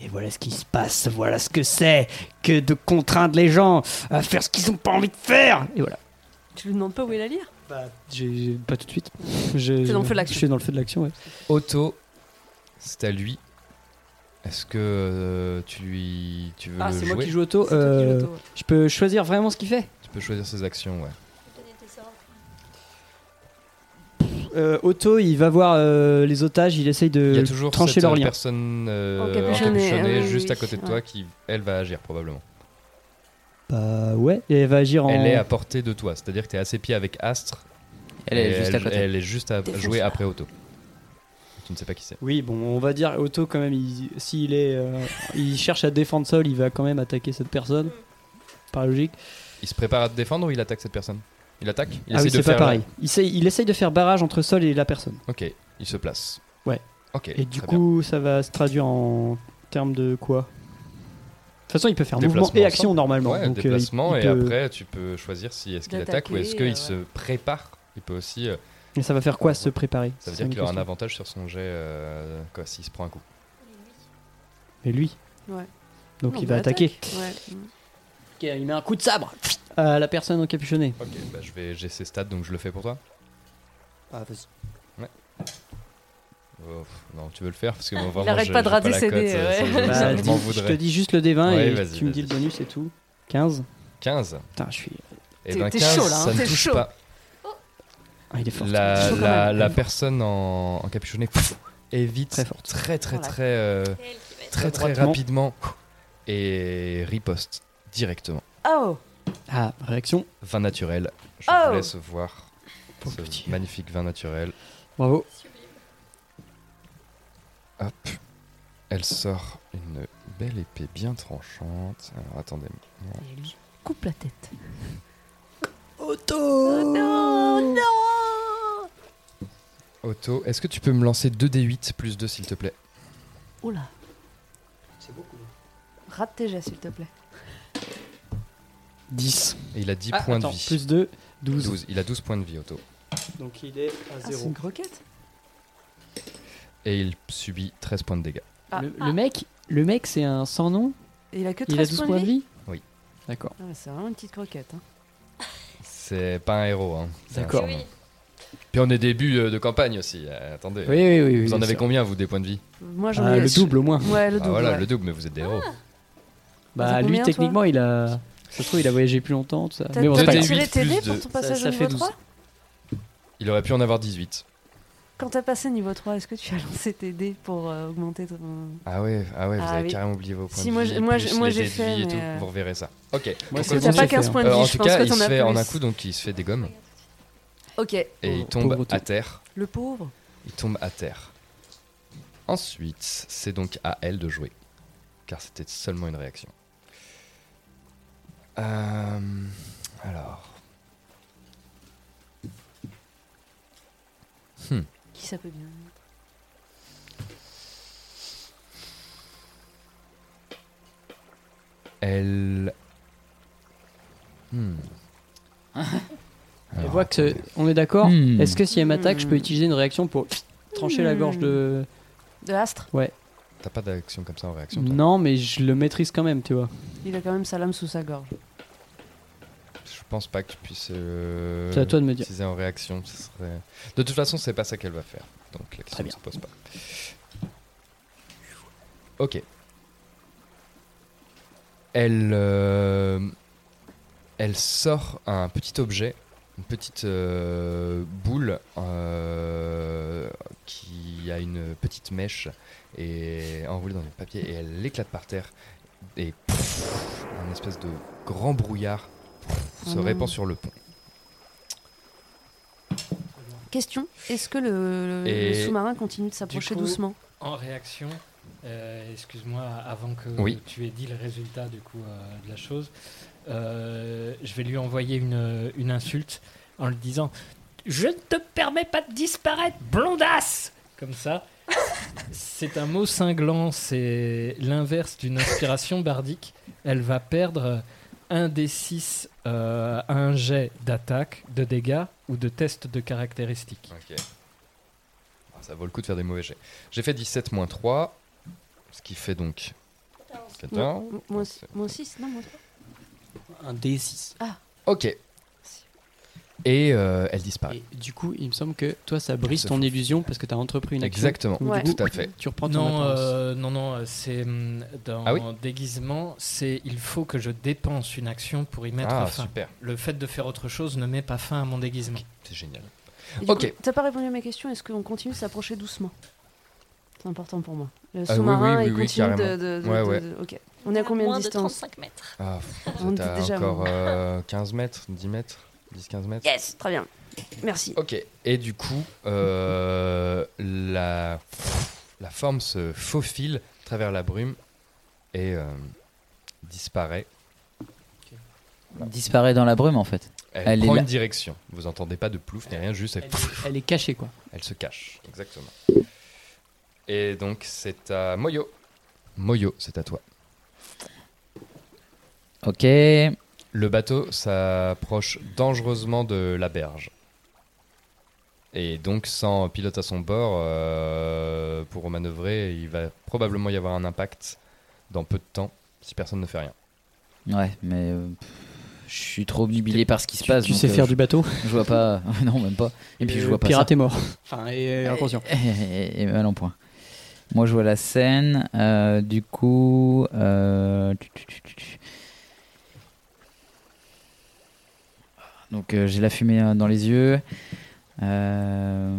S6: Et voilà ce qui se passe, voilà ce que c'est que de contraindre les gens à faire ce qu'ils ont pas envie de faire. Et voilà.
S3: Tu lui demandes pas où est la lyre
S6: Bah. J'ai j'ai- pas tout de suite. Je,
S3: T'es dans le feu de l'action.
S6: Je suis dans le feu de l'action, ouais.
S4: Otto, c'est à lui. Est-ce que euh, tu lui, tu veux
S6: Ah,
S4: le
S6: c'est
S4: jouer
S6: moi qui joue auto. euh, Je peux choisir vraiment ce qu'il fait.
S4: Tu peux choisir ses actions, ouais.
S6: Euh, auto, il va voir euh, les otages, il essaye de
S4: Il y a toujours
S6: trancher
S4: cette
S6: leur
S4: euh,
S6: lien.
S4: personne euh,
S6: Encapuchonnée,
S7: ah
S6: ah
S4: encapuchonnée
S6: oui,
S4: juste
S6: oui,
S4: à côté de
S6: ouais.
S4: toi qui, elle, va agir probablement.
S6: Bah ouais, et elle va agir en.
S4: Elle est à portée de toi, c'est-à-dire que tu es à ses pieds avec Astre.
S2: Elle est
S4: et
S2: juste à côté.
S4: Elle est juste à jouer après Otto. Tu ne sais pas qui c'est.
S6: Oui, bon, on va dire Otto quand même, il- s'il est, euh, il cherche à défendre Sol, il va quand même attaquer cette personne. Par logique.
S4: Il se prépare à te défendre ou il attaque cette personne Il attaque
S6: ah
S4: il essaie
S6: oui,
S4: de
S6: c'est pas
S4: faire-
S6: pareil. Il, essaye- il essaye de faire barrage entre Sol et la personne.
S4: Ok, il se place.
S6: Ouais.
S4: Ok.
S6: et du
S4: très
S6: coup, ça va se traduire en termes de quoi De toute façon, il peut faire
S4: bien.
S6: mouvement et
S4: Déplacement
S6: action
S4: ensemble.
S6: normalement.
S4: Ouais,
S6: donc, euh, il-
S4: déplacement
S6: il
S4: et
S6: peut-
S4: après tu peux choisir si est-ce qu'il attaque ou est-ce qu'il
S3: D'attaquer,
S4: se prépare. Il peut aussi. euh,
S6: Et ça va faire quoi se préparer
S4: Ça veut
S6: C'est
S4: dire
S6: une
S4: qu'il aura un
S6: question.
S4: avantage sur son jet euh, quoi, s'il se prend un coup.
S6: Et lui
S3: Ouais.
S6: Donc
S3: Non,
S6: il
S3: bah,
S6: va attaquer.
S3: attaque. Ouais.
S6: Ok, il met un coup de sabre à la personne encapuchonnée.
S4: Ok, bah je vais, j'ai ses stats donc je le fais pour toi.
S6: Ah, vas-y.
S4: Ouais. Oh, pff, non, tu veux le faire parce que moi, vraiment,
S3: arrête
S4: je-
S3: pas de
S4: j'ai
S3: rater
S4: la
S3: ses
S4: cote,
S3: dés,
S4: ça- ça-
S3: ouais.
S4: ça-
S6: Bah,
S4: je
S6: dis-
S4: m'en
S6: je
S4: voudrais.
S6: te dis juste le D20
S4: Ouais,
S6: et
S4: vas-y,
S6: tu me dis
S4: vas-y.
S6: le bonus et tout. 15
S4: 15.
S6: Putain, je suis.
S4: Et
S6: T'es-
S4: ben
S6: t'es
S4: 15,
S6: chaud, là, hein,
S4: ça ne
S6: t'es
S4: touche
S6: chaud.
S4: pas.
S6: Ah, il est fort.
S4: La,
S6: Chaud quand
S4: la,
S6: même.
S4: la personne en, en capuchonné pff, évite très très très
S6: Voilà.
S4: très euh, très, très
S6: Droitement.
S4: rapidement et riposte directement.
S3: Oh
S6: Ah, réaction.
S4: Vin naturel. Je
S3: Oh.
S4: vous laisse voir ce magnifique vin naturel.
S6: Bravo.
S4: Hop. Elle sort une belle épée bien tranchante. Alors attendez.
S3: Coupe la tête. Oh
S6: Otto
S5: Non,
S4: Otto, est-ce que tu peux me lancer 2d8 plus 2 s'il te plaît
S3: Oula,
S6: C'est beaucoup. hein.
S3: rate tes jets, s'il te plaît.
S6: 10.
S4: Et il a 10
S6: Ah,
S4: points
S6: attends,
S4: de vie.
S6: plus 2, 12.
S4: Il a 12 points de vie, Otto.
S6: Donc il est à
S3: Ah,
S6: 0.
S3: c'est une croquette
S4: Et il subit 13 points de dégâts.
S6: le, le mec, le mec c'est un sans nom
S3: Ah, Il a que
S6: Il a
S3: 13
S6: 12 points de vie
S4: Oui.
S6: D'accord.
S3: Ah, c'est vraiment une petite croquette. hein.
S4: C'est pas un héros. Hein. C'est un
S6: D'accord.
S4: charmant. Puis on est début euh, de campagne aussi. euh, attendez.
S6: Oui, oui, oui, oui,
S4: Vous en
S6: oui,
S4: avez
S6: ça.
S4: combien, vous, des points de vie
S3: Moi, j'en Ah, ai- le double, au moins. Ouais, le
S4: Ah, voilà,
S3: double, ouais. Ah.
S4: le double, mais vous êtes des héros.
S3: T'as
S6: Bah lui
S3: combien, toi
S6: techniquement il a. Ça se trouve il a voyagé plus longtemps, tout ça.
S3: T'as-
S6: bon,
S3: t'as
S6: c'est pas grave.
S3: tiré tes dés
S4: plus
S3: pour
S4: deux.
S3: ton
S4: Ça-
S3: passage
S6: ça
S3: au
S6: fait
S3: niveau
S6: 12.
S3: 3
S4: Il aurait pu en avoir 18.
S3: Quand t'as passé niveau 3, est-ce que tu as lancé tes dés pour euh, augmenter ton.
S4: Ah ouais, ah ouais, vous
S3: Ah
S4: avez
S3: oui.
S4: carrément oublié vos points
S3: Si,
S4: de
S3: moi,
S4: vie.
S3: j'ai- moi,
S4: plus
S3: j'ai- moi,
S4: les
S3: j'ai
S4: dés de
S3: fait,
S4: vie et
S3: mais,
S4: tout,
S3: euh,
S4: Vous reverrez ça. Ok.
S3: Moi,
S4: on
S3: c'est-
S4: continue.
S3: t'as pas 15 points de
S4: Euh,
S3: vie,
S4: En
S3: je
S4: tout
S3: pense
S4: cas,
S3: que
S4: il
S3: t'en
S4: se
S3: as
S4: fait en
S3: plus.
S4: un coup, donc il se fait des gommes
S3: Ok.
S4: et il tombe à terre.
S3: Le pauvre.
S4: Il tombe à terre. Ensuite, c'est donc à elle de jouer. Car c'était seulement une réaction. Euh, alors. Hmm.
S3: Qui ça peut bien
S4: Elle. Hmm.
S6: Elle voit que on est d'accord.
S4: Hmm.
S6: Est-ce que si elle m'attaque, je peux
S3: Hmm.
S6: utiliser une réaction pour trancher la gorge de
S3: De Astre
S6: Ouais.
S4: T'as pas d'action comme ça en réaction toi
S6: Non, mais je le maîtrise quand même, tu vois.
S3: Il a quand même sa lame sous sa gorge.
S4: Je pense pas que tu puisses. euh,
S6: C'est à toi de me dire.
S4: utiliser en réaction, ce serait- De toute façon, c'est pas ça qu'elle va faire. Donc la question ne se pose pas. Ok. Elle. euh, Elle sort un petit objet, une petite euh, boule euh, qui a une petite mèche et enroulée dans du papier et elle l'éclate par terre et pff, un espèce de grand brouillard pff, se
S3: Oh non.
S4: répand sur le pont.
S3: Question est-ce que le, le
S4: Et-
S3: sous-marin continue de s'approcher
S7: Du coup,
S3: doucement
S7: En réaction, euh, excuse-moi, avant que
S4: Oui.
S7: tu aies dit le résultat du coup euh, de la chose, euh, je vais lui envoyer une, une insulte en lui disant Je ne te permets pas de disparaître, blondasse Comme ça. C'est un mot cinglant, c'est l'inverse d'une inspiration bardique. Elle va perdre un des six euh, à un jet d'attaque, de dégâts ou de test de caractéristiques.
S4: Ok. Ah, Ça vaut le coup de faire des mauvais jets. J'ai fait 17 moins 3, ce qui fait donc 14.
S3: Moi- Moi 6, non, moi
S6: Un D6.
S3: Ah.
S4: Ok. Et euh, elle disparaît.
S6: Du coup, il me semble que toi, ça
S4: se
S6: brise ton illusion parce que t'as entrepris une action.
S4: Exactement,
S6: Donc, du
S4: tout
S6: coup,
S4: à fait.
S6: Tu reprends ton
S7: non,
S6: apparence.
S7: euh, non, non, euh, c'est hum, dans
S4: Ah oui
S7: déguisement, c'est il faut que je dépense une action pour y mettre
S4: Ah,
S7: fin.
S4: super.
S7: Le fait de faire autre chose ne met pas fin à mon déguisement.
S4: C'est génial.
S3: Et du
S4: Ok.
S3: coup, T'as pas répondu à ma question est-ce qu'on continue de s'approcher doucement C'est important pour moi. Le
S4: Ah, oui,
S3: sous-marin,
S4: oui, oui,
S3: il
S4: oui,
S3: continue de,
S4: carrément.
S3: de- de-
S4: Ouais,
S3: de-
S4: ouais.
S3: de- Ok. On est à combien
S5: moins
S3: de
S5: de
S3: distance
S5: 35 mètres.
S4: Ah, pff, vous
S3: On
S4: êtes
S3: est
S4: à
S3: déjà
S4: encore
S3: mort.
S4: euh, 15 mètres, 10 mètres, 10-15 mètres.
S3: Yes, très bien. Merci.
S4: Ok. Et du coup, euh, la, la forme se faufile à travers la brume et euh, disparaît.
S2: Disparaît dans la brume en fait.
S4: Elle, prend
S2: est
S4: une direction. Vous entendez pas de plouf ni rien, juste elle,
S6: Elle est cachée, quoi.
S4: elle se cache. Exactement. Et donc c'est à Moyo. Moyo, c'est à toi.
S2: Ok. Et
S4: Le bateau s'approche dangereusement de la berge. Et donc sans pilote à son bord, euh, pour manœuvrer, il va probablement y avoir un impact dans peu de temps si personne ne fait rien.
S2: Ouais, mais euh, pff, je suis trop obnubilé par ce qui se passe.
S6: tu
S2: donc, euh,
S6: sais faire du bateau
S2: Je vois pas. non, même pas. Et puis je
S6: Le
S2: vois pas.
S6: pirate
S2: ça.
S6: est mort. Enfin, est inconscient.
S2: Et, et- et mal en point. Moi, je vois la scène. euh, du coup, euh, tu- tu- tu- tu- tu. donc euh, j'ai la fumée euh, dans les yeux. Euh,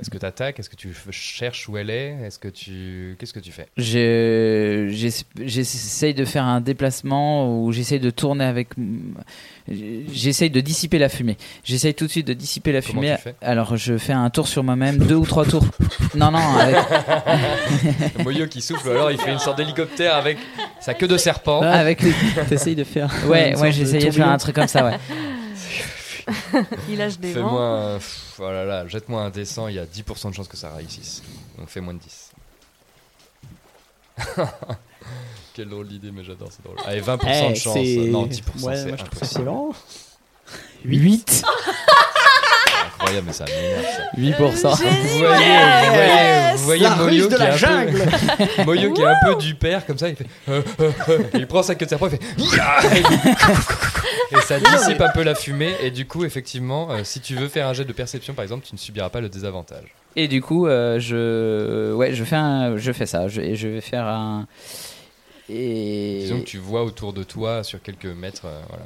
S4: Est-ce que tu attaques Est-ce que tu f- cherches où elle est Est-ce que tu qu'est-ce que tu fais
S2: Je- j'es- J'essaye de faire un déplacement où j'essaye de tourner avec. J'essaye de dissiper la fumée. J'essaye tout de suite de dissiper la
S4: Comment
S2: fumée.
S4: tu fais
S2: Alors je fais un tour sur moi-même, deux ou trois tours. Non, non, avec.
S4: Moyo qui souffle, alors il fait une sorte d'hélicoptère avec sa queue de serpent.
S2: Avec.
S6: T'essayes de faire.
S2: Ouais,
S6: une
S2: ouais,
S6: sorte de
S2: j'essayais de faire
S6: tourbillon.
S2: un truc comme ça, ouais.
S10: Il lâche des
S4: Fais-moi
S10: vents.
S4: un- pff, oh là là, jette-moi un dessin, il y a 10% de chances que ça réussisse. Donc fais moins de 10. Quelle drôle d'idée, mais j'adore, c'est drôle. Allez, 20% de
S6: Eh,
S4: chance. euh,
S6: c'est-
S4: Non, 10%,
S6: Ouais,
S4: c'est
S6: moi, je trouve ça
S4: impossible.
S6: excellent. 8
S4: Incroyable, mais ça m'énerve ça.
S2: 8%.
S4: Vous voyez, vous voyez,
S2: Euh, La
S4: vous voyez Moyo
S2: ruse de
S4: qui
S2: la
S4: est un peu,
S2: jungle.
S4: Moyo qui est un peu du père comme ça, il fait. euh, euh, euh, il prend sa queue de serpent, il fait. Ya Et ça dissipe un peu la fumée, et du coup, effectivement, euh, si tu veux faire un jet de perception par exemple, tu ne subiras pas le désavantage.
S2: Et du coup, euh, je, ouais, je fais, un- je fais ça. Je, je vais faire un. Et...
S4: Disons que tu vois autour de toi sur quelques mètres, euh, voilà.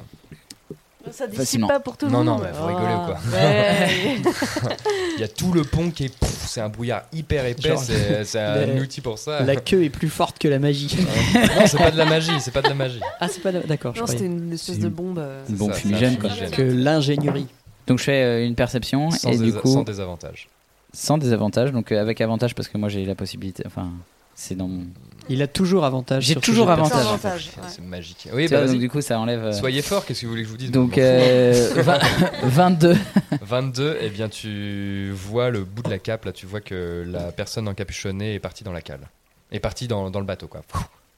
S10: Ça dissipe
S2: Facilement.
S10: pas pour tout le
S4: non,
S10: monde. Ah,
S4: Non, mais vous rigolez ou quoi
S10: Ouais.
S4: Il y a tout le pont qui est. pff, C'est un brouillard hyper épais,
S6: Genre,
S4: c'est c'est un
S6: la-
S4: outil pour ça.
S6: La queue est plus forte que la magie.
S4: Non, c'est pas de la magie, c'est pas de la magie.
S6: Ah, c'est pas de- d'accord. je
S10: Non,
S6: croyais.
S10: c'était une espèce de bombe. euh,
S2: Une bombe
S4: ça,
S2: fumigène,
S4: c'est un
S2: quoi.
S4: fumigène.
S6: Que l'ingénierie.
S2: Donc je fais euh, une perception
S4: Sans
S2: et du
S4: désa-
S2: coup
S4: sans désavantage.
S2: Sans désavantage, donc euh, avec avantage parce que moi j'ai la possibilité. Enfin, c'est dans mon.
S6: Il a toujours avantage.
S2: J'ai
S6: sur ce
S2: toujours
S6: jet de
S2: avantage.
S6: perception.
S2: Avantage,
S4: Putain,
S2: ouais.
S4: C'est magique. Oui,
S2: Tu vois,
S4: bah,
S2: donc
S4: vas-y.
S2: du coup, ça enlève, euh,
S4: Soyez fort, qu'est-ce que vous voulez que je vous dise
S2: Donc,
S4: Bon.
S2: euh, vingt- 22.
S4: 22, eh bien tu vois le bout de la cape, là tu vois que la personne encapuchonnée est partie dans la cale. Est partie dans, dans le bateau, quoi.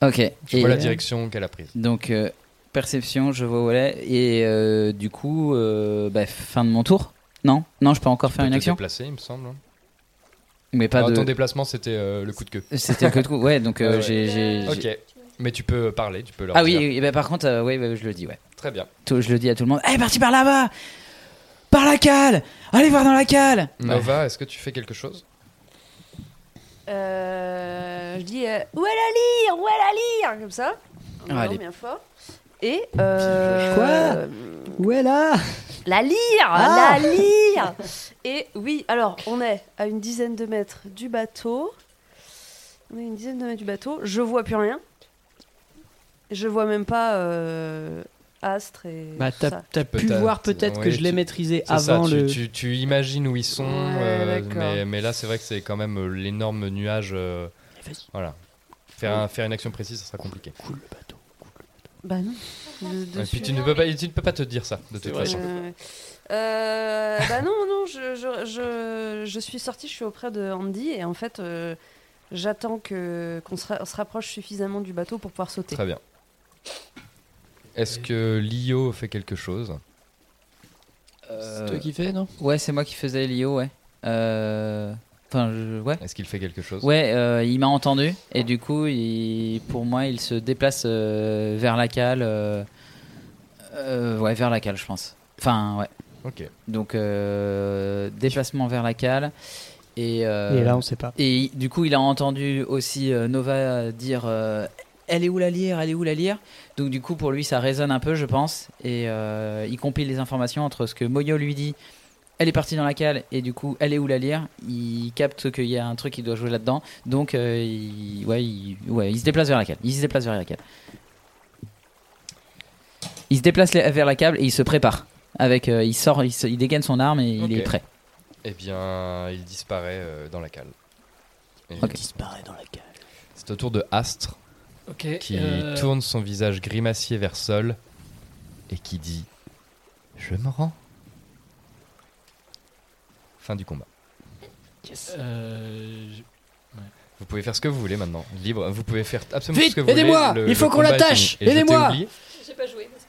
S2: Ok.
S4: Tu vois la direction qu'elle a prise.
S2: Donc euh, perception, je vois où elle est et euh, du coup, euh, bah, fin de mon tour. Non, non, je peux encore faire
S4: Tu
S2: une
S4: te
S2: action,
S4: déplacer, il me semble.
S2: mais pas
S4: Ah,
S2: de.
S4: Ton déplacement, c'était euh, le coup de queue.
S2: C'était le coup de queue, ouais, donc, euh, j'ai- j'ai-
S4: Ok, mais tu peux parler, tu peux leur
S2: Ah oui,
S4: dire.
S2: oui, bah, par contre, euh, ouais, ouais, je le dis, ouais.
S4: Très bien.
S2: Tout- Je le dis à tout le monde. Eh, parti par là-bas, par la cale. Allez voir dans la cale.
S4: Nova, est-ce que tu fais quelque chose
S3: Euh, je dis euh, où est la lyre Où est la lyre Comme ça.
S2: Ah,
S3: Alors,
S2: elle est-
S3: bien fort. Et. euh,
S6: Quoi Où est là
S3: La lyre
S6: Ah
S3: La lyre Et oui, alors, on est à une dizaine de mètres du bateau. On est à une dizaine de mètres du bateau. Je vois plus rien. Je vois même pas euh, Astre et.
S6: Bah,
S3: tout
S6: t'as
S3: ça.
S6: t'as pu
S4: Peut-être,
S6: voir peut-être que
S4: oui,
S6: je l'ai
S4: tu-
S6: maîtrisé
S4: c'est ça,
S6: avant
S4: tu-
S6: le.
S4: Tu, tu imagines où ils sont, euh,
S6: d'accord.
S4: mais, mais là c'est vrai que c'est quand même euh, l'énorme nuage. euh,
S6: Eh,
S4: voilà. Faire, un- faire une action précise, ça sera compliqué.
S3: Bah non.
S4: Et puis tu ne, peux pas, tu ne peux pas te dire ça, de toute façon.
S3: Euh, euh, bah non, non, je, je, je, je suis sortie, je suis auprès de Andy et en fait, euh, j'attends que qu'on se, ra- se rapproche suffisamment du bateau pour pouvoir sauter.
S4: Très bien. Est-ce que Lio fait quelque chose
S2: C'est
S6: toi qui fais, non
S2: Ouais, c'est moi qui faisais l'IO, ouais. Euh, Enfin, je- ouais.
S4: Est-ce qu'il fait quelque chose
S2: Ouais, euh, il m'a entendu et du coup, il- pour moi, il se déplace euh, vers la cale. euh, euh, ouais, vers la cale, je pense. Enfin, ouais.
S4: Ok.
S2: Donc, euh, déplacement vers la cale. Et, euh,
S6: Et là, on sait pas.
S2: Et du coup, il a entendu aussi euh, Nova dire euh, Elle est où la lire Elle est où la lire Donc, du coup, pour lui, ça résonne un peu, je pense. Et euh, il compile les informations entre ce que Moyo lui dit Elle est partie dans la cale, et du coup, elle est où la lire Il capte qu'il y a un truc qui doit jouer là-dedans. Donc, euh, il, ouais, il, ouais, il se déplace vers la cale. Il se déplace vers la cale. Il se déplace la- vers la cale et il se prépare. Avec, euh, il sort, il, se- il dégaine son arme et il
S4: Ok.
S2: est prêt.
S4: Eh bien, il disparaît euh, dans la cale. Et-
S2: Ok.
S4: C'est au tour de Astre
S7: Ok,
S4: qui
S7: euh,
S4: tourne son visage grimacier vers Sol et qui dit Je me rends. Fin du combat.
S7: Euh, je-
S4: Vous pouvez faire ce que vous voulez maintenant. Libre. Vous pouvez faire absolument
S6: Vite,
S4: ce que vous voulez.
S6: aidez-moi
S4: Le-
S6: Il
S4: le
S6: faut qu'on
S4: combat est
S6: l'attache
S4: fini. Et je t'ai
S6: Aidez-moi
S4: oublié.
S5: J'ai pas joué. parce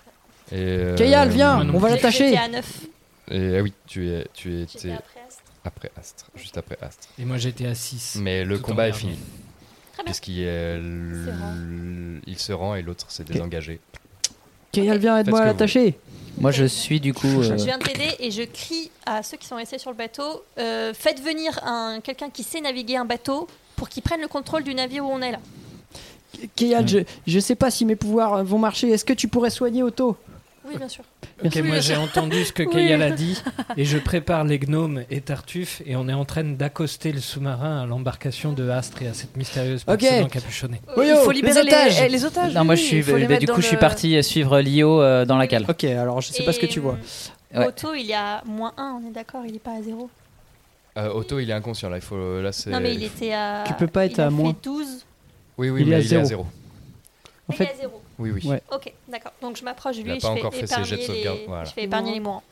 S5: que-
S4: Et, euh,
S6: Kayal, viens, on va
S5: J'ai-
S6: l'attacher.
S5: J'étais à 9.
S4: Et ah oui, tu es, tu étais
S5: J'étais après Astre.
S4: après Astre, juste après Astre.
S7: Et moi, j'étais à 6.
S4: Mais le
S7: Tout
S4: combat est
S7: emmerdé.
S4: fini. Puisqu'il est l- il se rend et l'autre s'est désengagé.
S6: Kayal, viens,
S4: Faites ce
S6: aide-moi à
S4: que vous
S6: l'attacher.
S2: Moi, je suis du coup. euh,
S5: Je viens de t'aider et je crie à ceux qui sont restés sur le bateau euh, faites venir un, quelqu'un qui sait naviguer un bateau pour qu'il prenne le contrôle du navire où on est là.
S6: Kayal, je, je sais pas si mes pouvoirs euh, vont marcher. Est-ce que tu pourrais soigner Otto
S5: Oui, bien sûr.
S7: Ok,
S6: Merci.
S7: moi
S6: Oui.
S7: j'ai entendu ce que
S6: Oui.
S7: Kayal a dit et je prépare les gnomes et Tartuffe et on est en train d'accoster le sous-marin à l'embarcation de Astre et à cette mystérieuse
S6: Ok.
S7: personne encapuchonnée.
S6: Oyo,
S3: Il faut libérer les otages. Les, otages
S2: Non,
S3: oui,
S2: moi,
S3: oui,
S2: je suis,
S3: il faut les
S2: bah, du
S3: mettre
S2: coup,
S3: dans
S2: je suis
S3: le-
S2: parti suivre Lio euh, dans la cale.
S6: Ok, alors je sais pas ce que tu vois.
S2: Ouais.
S5: Otto, il est à moins 1, on est d'accord, il est pas à 0.
S4: Euh, Otto, il est inconscient là. Il faut là c'est.
S5: Non, mais il était à.
S6: Tu peux pas être
S5: il a
S6: à
S5: fait
S6: moins.
S5: 12.
S4: Oui, oui,
S6: Il est
S4: mais
S6: à
S4: il est
S6: zéro.
S4: à zéro.
S6: En
S5: Il est
S6: fait,
S5: à 0.
S4: Oui, oui.
S6: Ouais.
S5: Ok, d'accord. Donc je m'approche de
S4: Il
S5: lui
S4: a
S5: et je
S4: pas
S5: fais
S4: encore fait ses jets de
S5: épargner
S4: sauvegarde,
S5: les-
S4: voilà.
S5: je fais épargner les mourants.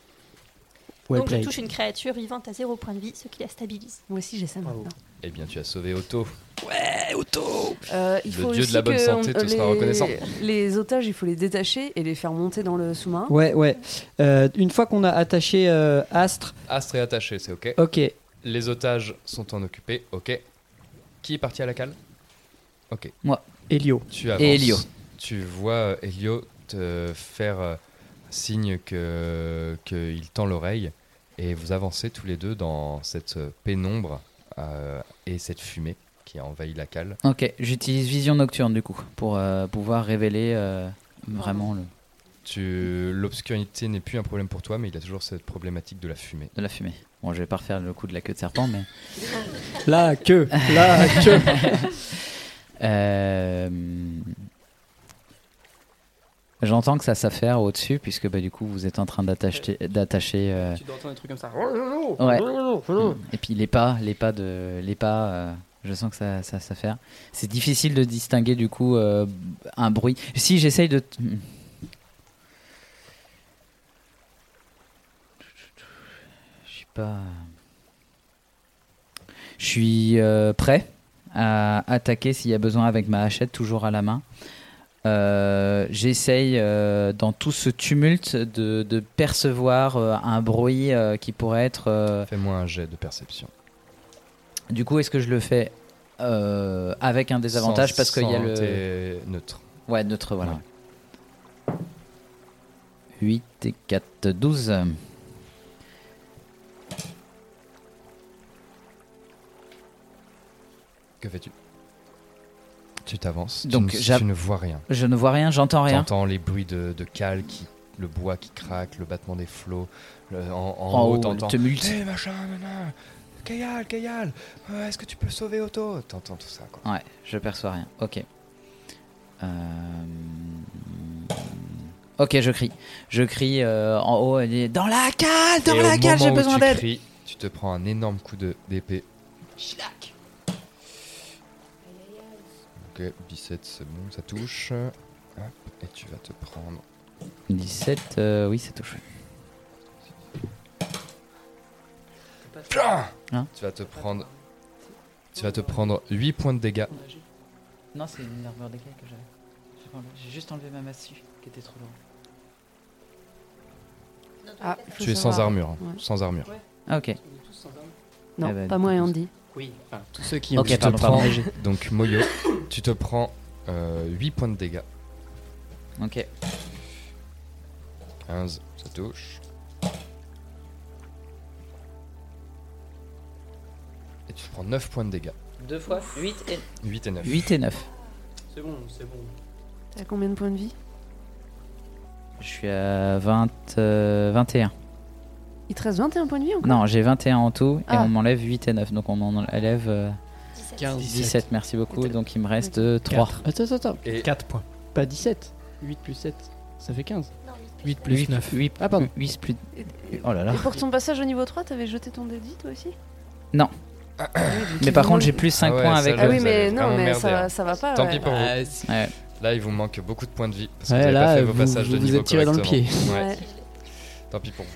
S6: Well
S5: Donc je
S6: played.
S5: touche une créature vivante à 0 point de vie, ce qui la stabilise.
S3: Moi aussi j'ai ça maintenant.
S4: Eh bien, tu as sauvé Otto.
S3: Ouais, auto
S4: Le dieu de la bonne santé te sera reconnaissant.
S3: Les otages, il faut les détacher et les faire monter dans le sous-marin.
S6: Hein Ouais, ouais. Euh, une fois qu'on a attaché euh, Astre,
S4: Astre est attaché, c'est ok.
S6: Ok.
S4: Les otages sont en occupés, ok. Qui est parti à la cale Ok.
S2: Moi.
S6: Elio.
S4: Tu avances.
S2: Et Elio.
S4: Tu vois euh, Elio te faire euh, signe que qu'il tend l'oreille et vous avancez tous les deux dans cette euh, pénombre euh, et cette fumée qui a envahi la cale.
S2: Ok, j'utilise vision nocturne du coup pour euh, pouvoir révéler euh, vraiment le.
S4: Tu l'obscurité n'est plus un problème pour toi, mais il a toujours cette problématique de la fumée.
S2: De la fumée. Bon, je vais pas refaire le coup de la queue de serpent, mais.
S6: La queue, la queue.
S2: Euh, J'entends que ça s'affaire au-dessus, puisque bah, du coup vous êtes en train d'attacher. d'attacher, euh,
S11: Tu dois entendre des trucs comme ça.
S2: Ouais. Et puis les pas, les pas de, les pas. euh, je sens que ça, ça, ça fait. C'est difficile de distinguer du coup euh, un bruit. Si j'essaye de. t- hmm. Je suis pas. Je suis euh, prêt à attaquer s'il y a besoin avec ma hachette toujours à la main. Euh, J'essaye euh, dans tout ce tumulte de, de percevoir euh, un bruit euh, qui pourrait être. euh,
S4: Fais-moi un jet de perception.
S2: Du coup, est-ce que je le fais euh, avec un désavantage
S4: Sans-
S2: parce qu'il y a
S4: sans
S2: le.
S4: tes neutres.
S2: Ouais, neutre, voilà. 8 et 4, 12.
S4: Que fais-tu Tu t'avances.
S2: Donc,
S4: tu, ne-
S2: j'a-
S4: tu ne vois rien.
S2: Je ne vois rien, j'entends rien.
S4: T'entends les bruits de, de cale qui, le bois qui craque, le battement des flots. le- en, en
S2: En haut,
S4: haut,
S2: le
S4: t'entends.
S2: tumulte.
S4: Hey, machin, nanana, Kayal, Kayal, euh, est-ce que tu peux sauver Otto T'entends tout ça, quoi.
S2: Ouais, je perçois rien. Ok. Euh, Ok, je crie. Je crie euh, en haut, elle est dans la cale, dans
S4: Et
S2: la
S4: au
S2: cale, j'ai
S4: moment où
S2: besoin
S4: tu
S2: d'aide.
S4: cries, Tu te prends un énorme coup de- d'épée. Ok, 17, c'est bon, ça touche. Hop, et tu vas te prendre
S2: 17, euh, oui, c'est touché. Hein
S4: tu vas te prendre. Tu vas te prendre 8 points de
S2: Ah.
S4: dégâts.
S2: Non, c'est une armure décalée que j'avais. J'ai pas enlevé- J'ai juste enlevé ma massue qui était trop lourde.
S3: Ah, faut
S4: Tu es sans
S3: savoir.
S4: armure. hein,
S3: Ouais.
S4: Sans armure.
S2: Ah, ok.
S3: Non,
S4: Eh ben,
S3: pas moi et Andy.
S6: Oui, enfin,
S4: Tous
S6: ceux qui ont
S4: tu te
S6: pardon,
S4: prends-
S6: pardon. J'ai-
S4: Donc Moyo, tu te prends euh, 8 points de dégâts.
S2: Ok.
S4: 15, ça touche. Et tu te prends 9 points de dégâts.
S6: 2 fois 8 et
S4: 8 et 9.
S2: 8 et 9.
S6: C'est bon, c'est bon.
S3: T'as combien de points de vie
S2: Je suis à 20, euh, 21.
S3: Il te reste 21 points de vie encore
S2: Non, j'ai 21 en tout et
S3: Ah.
S2: on m'enlève 8 et 9. Donc on en enlève euh,
S6: 15.
S2: 17. Merci beaucoup. Donc il me reste euh, 3.
S6: Attends, attends, attends.
S4: Et
S7: 4 points.
S6: Pas 17. 8 plus 7, ça fait 15.
S2: 8
S6: plus 9.
S2: ah, pardon. 8 plus. Oh là là.
S3: Et pour ton passage au niveau 3, t'avais jeté ton dédit toi aussi
S2: Non. mais par
S3: ils
S2: contre,
S3: vont-
S2: j'ai plus 5
S4: Ah ouais,
S2: points
S4: ça,
S2: avec.
S4: là,
S3: Ah oui,
S4: vous
S3: mais
S4: allez
S3: non,
S4: vraiment
S3: mais
S4: merder,
S3: ça-
S4: hein.
S3: ça va pas,
S4: Tant
S3: ouais.
S4: pis pour
S3: Ah,
S4: vous. Là, il vous manque beaucoup de points de vie parce que
S6: Ouais,
S4: vous avez
S6: là,
S4: pas fait vos
S6: vous-
S4: passages
S6: vous
S4: de
S6: vous
S4: niveau
S6: êtes tiré dans le
S4: correctement.
S6: pied.
S4: Ouais.
S6: Ouais.
S4: Tant pis pour vous.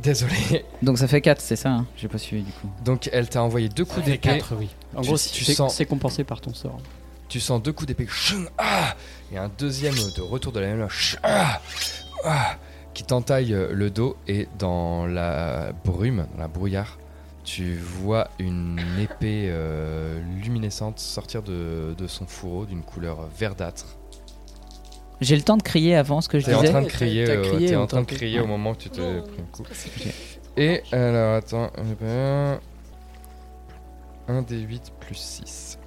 S4: Désolé.
S2: Donc ça fait 4, c'est ça hein J'ai pas suivi du coup.
S4: Donc elle t'a envoyé deux coups d'épée.
S6: En
S4: Tu-
S6: gros,
S4: tu
S6: c'est
S4: sens
S6: c'est compensé par ton sort.
S4: Tu sens deux coups d'épée. Chum, ah et un deuxième de retour de la même. Chum, ah, ah, qui t'entaille euh, le dos et dans la brume, dans la brouillard, tu vois une épée euh, luminescente sortir de, de son fourreau d'une couleur verdâtre.
S2: J'ai le temps de crier avant ce que je
S4: T'es
S2: disais.
S4: en train de crier,
S2: T'as
S4: euh,
S2: crié,
S4: t'es
S2: on
S4: en train de
S2: t'entend.
S4: crier au
S2: Ouais.
S4: moment où tu t'es
S2: Non,
S4: pris un coup. Et alors attends, j'ai pas- 1 des 8 plus 6.